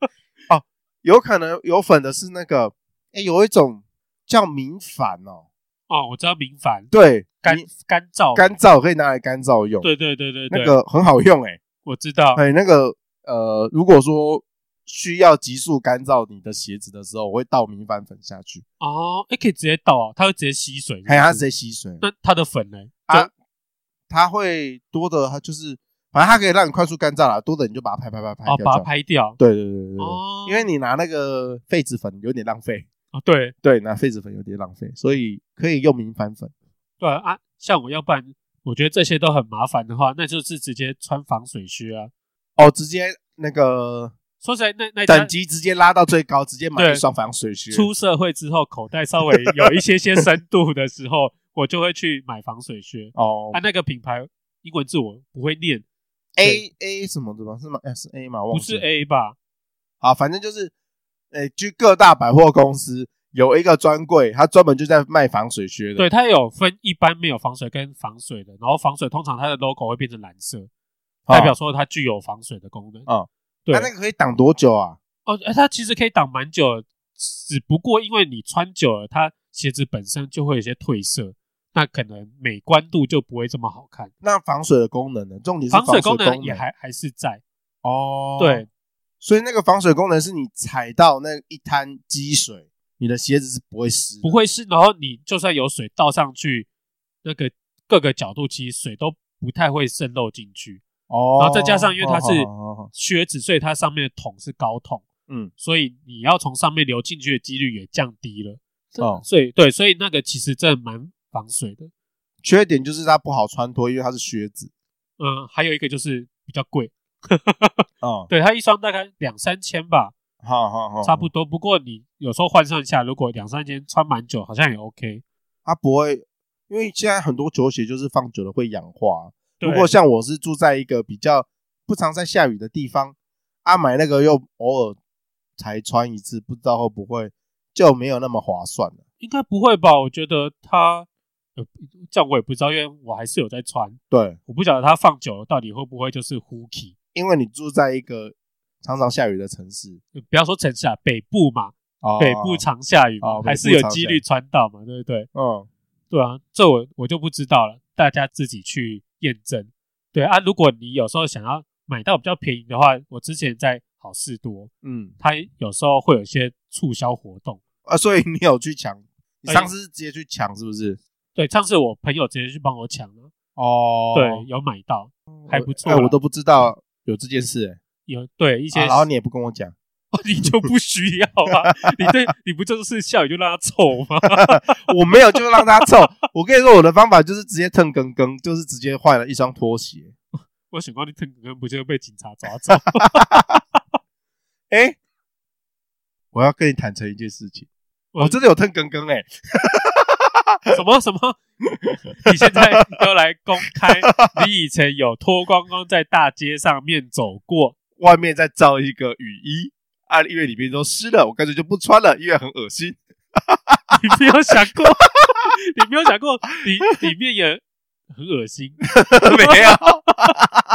Speaker 1: 哦，有可能有粉的是那个，哎，有一种叫明矾哦，
Speaker 2: 哦，我知道明矾
Speaker 1: 对，
Speaker 2: 干
Speaker 1: 明
Speaker 2: 干燥，
Speaker 1: 干燥可以拿来干燥用，
Speaker 2: 对对对对
Speaker 1: 那
Speaker 2: 对，
Speaker 1: 个很好用哎。
Speaker 2: 我知道，
Speaker 1: 哎，那个呃，如果说需要急速干燥你的鞋子的时候，我会倒明矾粉下去，
Speaker 2: 哦，哎，可以直接倒啊，它会直接吸水，
Speaker 1: 还有它直
Speaker 2: 接，
Speaker 1: 接吸水。
Speaker 2: 那它的粉呢？
Speaker 1: 啊，它会多的，它就是反正它可以让你快速干燥啦，多的你就把它拍拍拍拍
Speaker 2: 哦，
Speaker 1: 掉。
Speaker 2: 把它。拍掉，
Speaker 1: 对对对对对。
Speaker 2: 哦，
Speaker 1: 因为你拿那个痱子粉有点浪费，
Speaker 2: 哦对，
Speaker 1: 对，拿痱子粉有点浪费，所以可以用明矾粉。
Speaker 2: 对啊啊，像我要不然，我觉得这些都很麻烦的话，那就是直接穿防水靴啊。
Speaker 1: 哦，直接那个
Speaker 2: 说起来，那那家
Speaker 1: 等级直接拉到最高，直接买
Speaker 2: 对
Speaker 1: 一双防水靴。
Speaker 2: 出社会之后，口袋稍微有一些些深度的时候，我就会去买防水靴。
Speaker 1: 哦
Speaker 2: 啊，那个品牌英文字我不会念，
Speaker 1: ，A A 什么的吧？是吗？哎是 A 吗？忘
Speaker 2: 不
Speaker 1: 记
Speaker 2: 是
Speaker 1: 了
Speaker 2: A 吧？
Speaker 1: 啊，反正就是，呃，去各大百货公司有一个专柜，它专门就在卖防水靴的。
Speaker 2: 对，它有分一般没有防水跟防水的，然后防水通常它的 logo 会变成蓝色，
Speaker 1: 哦，
Speaker 2: 代表说它具有防水的功能。
Speaker 1: 哦
Speaker 2: 对，
Speaker 1: 它那个可以挡多久啊？
Speaker 2: 哦，哎它其实可以挡蛮久的，只不过因为你穿久了，它鞋子本身就会有些褪色，那可能美观度就不会这么好看。
Speaker 1: 那防水的功能呢？重点是
Speaker 2: 防水
Speaker 1: 功
Speaker 2: 功能也还还是在，
Speaker 1: 哦，
Speaker 2: 对，
Speaker 1: 所以那个防水功能是你踩到那一滩积水，你的鞋子是不会湿的，
Speaker 2: 不会是，然后你就算有水倒上去，那个各个角度其实水都不太会渗漏进去。
Speaker 1: 哦。
Speaker 2: 然后再加上因为它是
Speaker 1: 哦哦哦哦
Speaker 2: 靴子，所以它上面的筒是高筒，
Speaker 1: 嗯，
Speaker 2: 所以你要从上面流进去的几率也降低了。
Speaker 1: 哦
Speaker 2: 所以对，所以那个其实真的蛮防水的。
Speaker 1: 缺点就是它不好穿脱，因为它是靴子。
Speaker 2: 嗯，还有一个就是比较贵，
Speaker 1: 哦，
Speaker 2: 对，它一双大概两三千吧，
Speaker 1: 好好好，
Speaker 2: 差不多。不过你有时候换算一下，如果两三千穿蛮久，好像也 OK。
Speaker 1: 它不会，因为现在很多球鞋就是放久了会氧化。
Speaker 2: 对
Speaker 1: 如果像我是住在一个比较不常在下雨的地方，啊，买那个又偶尔才穿一次，不知道会不会就没有那么划算了。
Speaker 2: 应该不会吧？我觉得它，呃，这样我也不知道，因为我还是有在穿，
Speaker 1: 对，
Speaker 2: 我不晓得它放久了到底会不会就是 hooky。
Speaker 1: 因为你住在一个常常下雨的城市，
Speaker 2: 呃不要说城市啊，北部嘛，
Speaker 1: 哦
Speaker 2: 北部常下雨嘛，
Speaker 1: 哦北部
Speaker 2: 还是有几率穿到嘛，对不对？
Speaker 1: 嗯，
Speaker 2: 对啊，这我我就不知道了，大家自己去验证。对啊，如果你有时候想要买到比较便宜的话，我之前在好事多，
Speaker 1: 嗯
Speaker 2: 它有时候会有一些促销活动。
Speaker 1: 啊，所以你有去抢？你
Speaker 2: 哎
Speaker 1: 上次是直接去抢是不是？
Speaker 2: 对，上次我朋友直接去帮我抢了，
Speaker 1: 哦
Speaker 2: 对，，有买到，还不错
Speaker 1: 哎，
Speaker 2: 啦。
Speaker 1: 我都不知道有这件事、哎
Speaker 2: 有对一些
Speaker 1: 啊，然后你也不跟我讲，
Speaker 2: *laughs*
Speaker 1: *laughs*
Speaker 2: 你就不需要啊！你对你不就是下雨就让它臭吗？ *laughs*
Speaker 1: 我没有就让它臭。我跟你说，我的方法就是直接蹭更更，就是直接换了一双拖鞋。
Speaker 2: 我想到你腾格不就被警察抓走？
Speaker 1: 哎、我要跟你坦诚一件事情，
Speaker 2: 我
Speaker 1: 我真的有蹭更更哎，
Speaker 2: *laughs* 什么什么？你现在要来公开你以前有脱光光在大街上面走
Speaker 1: *laughs*
Speaker 2: 过？
Speaker 1: 外面再罩一个雨衣啊，因为里面都湿了，我干脆就不穿了，因为很恶心。 *laughs*
Speaker 2: 你没有想过？ *laughs* 你没有想过？你里面也很恶心。
Speaker 1: 没有， *laughs*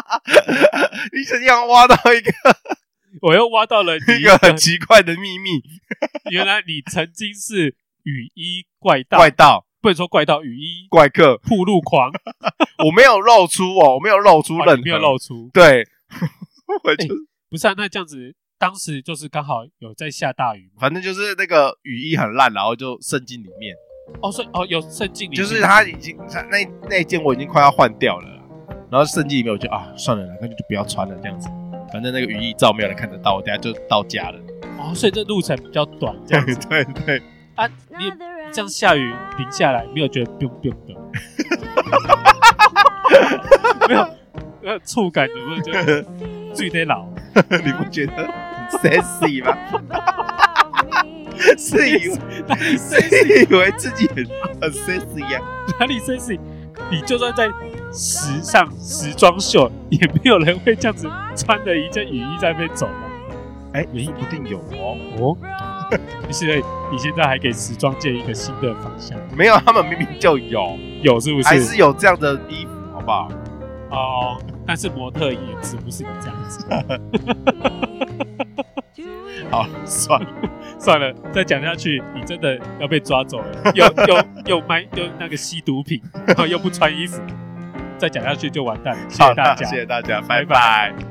Speaker 1: 你怎样挖到一个
Speaker 2: 我又挖到了你
Speaker 1: 一个很奇怪的秘密？
Speaker 2: 原来你曾经是雨衣怪盗，
Speaker 1: 怪盗、
Speaker 2: 不能说怪盗，雨衣
Speaker 1: 怪客，
Speaker 2: 铺路
Speaker 1: *laughs*
Speaker 2: 狂，
Speaker 1: 我没有露出哦，我没有露出任
Speaker 2: 哦
Speaker 1: 何，
Speaker 2: 你没有露出。 *laughs*
Speaker 1: 对， *laughs* 我就
Speaker 2: 不是啊，那这样子，当时就是刚好有在下大雨嘛。
Speaker 1: 反正就是那个雨衣很烂，然后就渗进里面，
Speaker 2: 哦，所以哦，有渗进里面，
Speaker 1: 就是它已经它那那一件我已经快要换掉了啦，然后渗进里面，我就啊算了啦，那就不要穿了这样子，反正那个雨衣照没有人看得到，我等下就到家了。
Speaker 2: 哦，所以这路程比较短，这
Speaker 1: 对 *laughs*
Speaker 2: 样子
Speaker 1: 对对，
Speaker 2: 啊。你
Speaker 3: 你
Speaker 2: 这
Speaker 3: 这
Speaker 2: 样
Speaker 3: 样
Speaker 2: 下
Speaker 3: 下
Speaker 2: 雨
Speaker 3: 雨
Speaker 2: 淋
Speaker 3: 淋
Speaker 2: 下
Speaker 3: 下
Speaker 2: 来
Speaker 3: 来，，
Speaker 2: 没有觉得 biu biu
Speaker 1: *laughs*
Speaker 2: 的，没有没有触感，有没有觉得最得老？
Speaker 1: *laughs* 你不觉得很 sexy 吗？ *laughs* 是以为
Speaker 2: 哪里 sexy？
Speaker 1: 是以为自己很很 sexy 呀、
Speaker 2: 哪里 sexy？你就算在时尚时装秀，也没有人会这样子穿着一件雨衣在那边走吧？
Speaker 1: 哎、原因不定有
Speaker 2: *laughs*
Speaker 1: 哦，
Speaker 2: 哦，你现在你现在还给时装界一个新的方向，
Speaker 1: 没有，他们明明就有，
Speaker 2: 有是不
Speaker 1: 还
Speaker 2: 是？
Speaker 1: 是有这样的衣服，好不好？
Speaker 2: 哦，但是模特也只不是你这样子。
Speaker 1: 好，算了，
Speaker 2: 算了，再讲下去，你真的要被抓走了。又又又卖又那个吸毒品，然后又不穿衣服，再讲下去就完蛋了。谢
Speaker 1: 好
Speaker 2: 谢大
Speaker 1: 啦
Speaker 2: 家，
Speaker 1: 谢谢大家，拜
Speaker 2: 拜
Speaker 1: 拜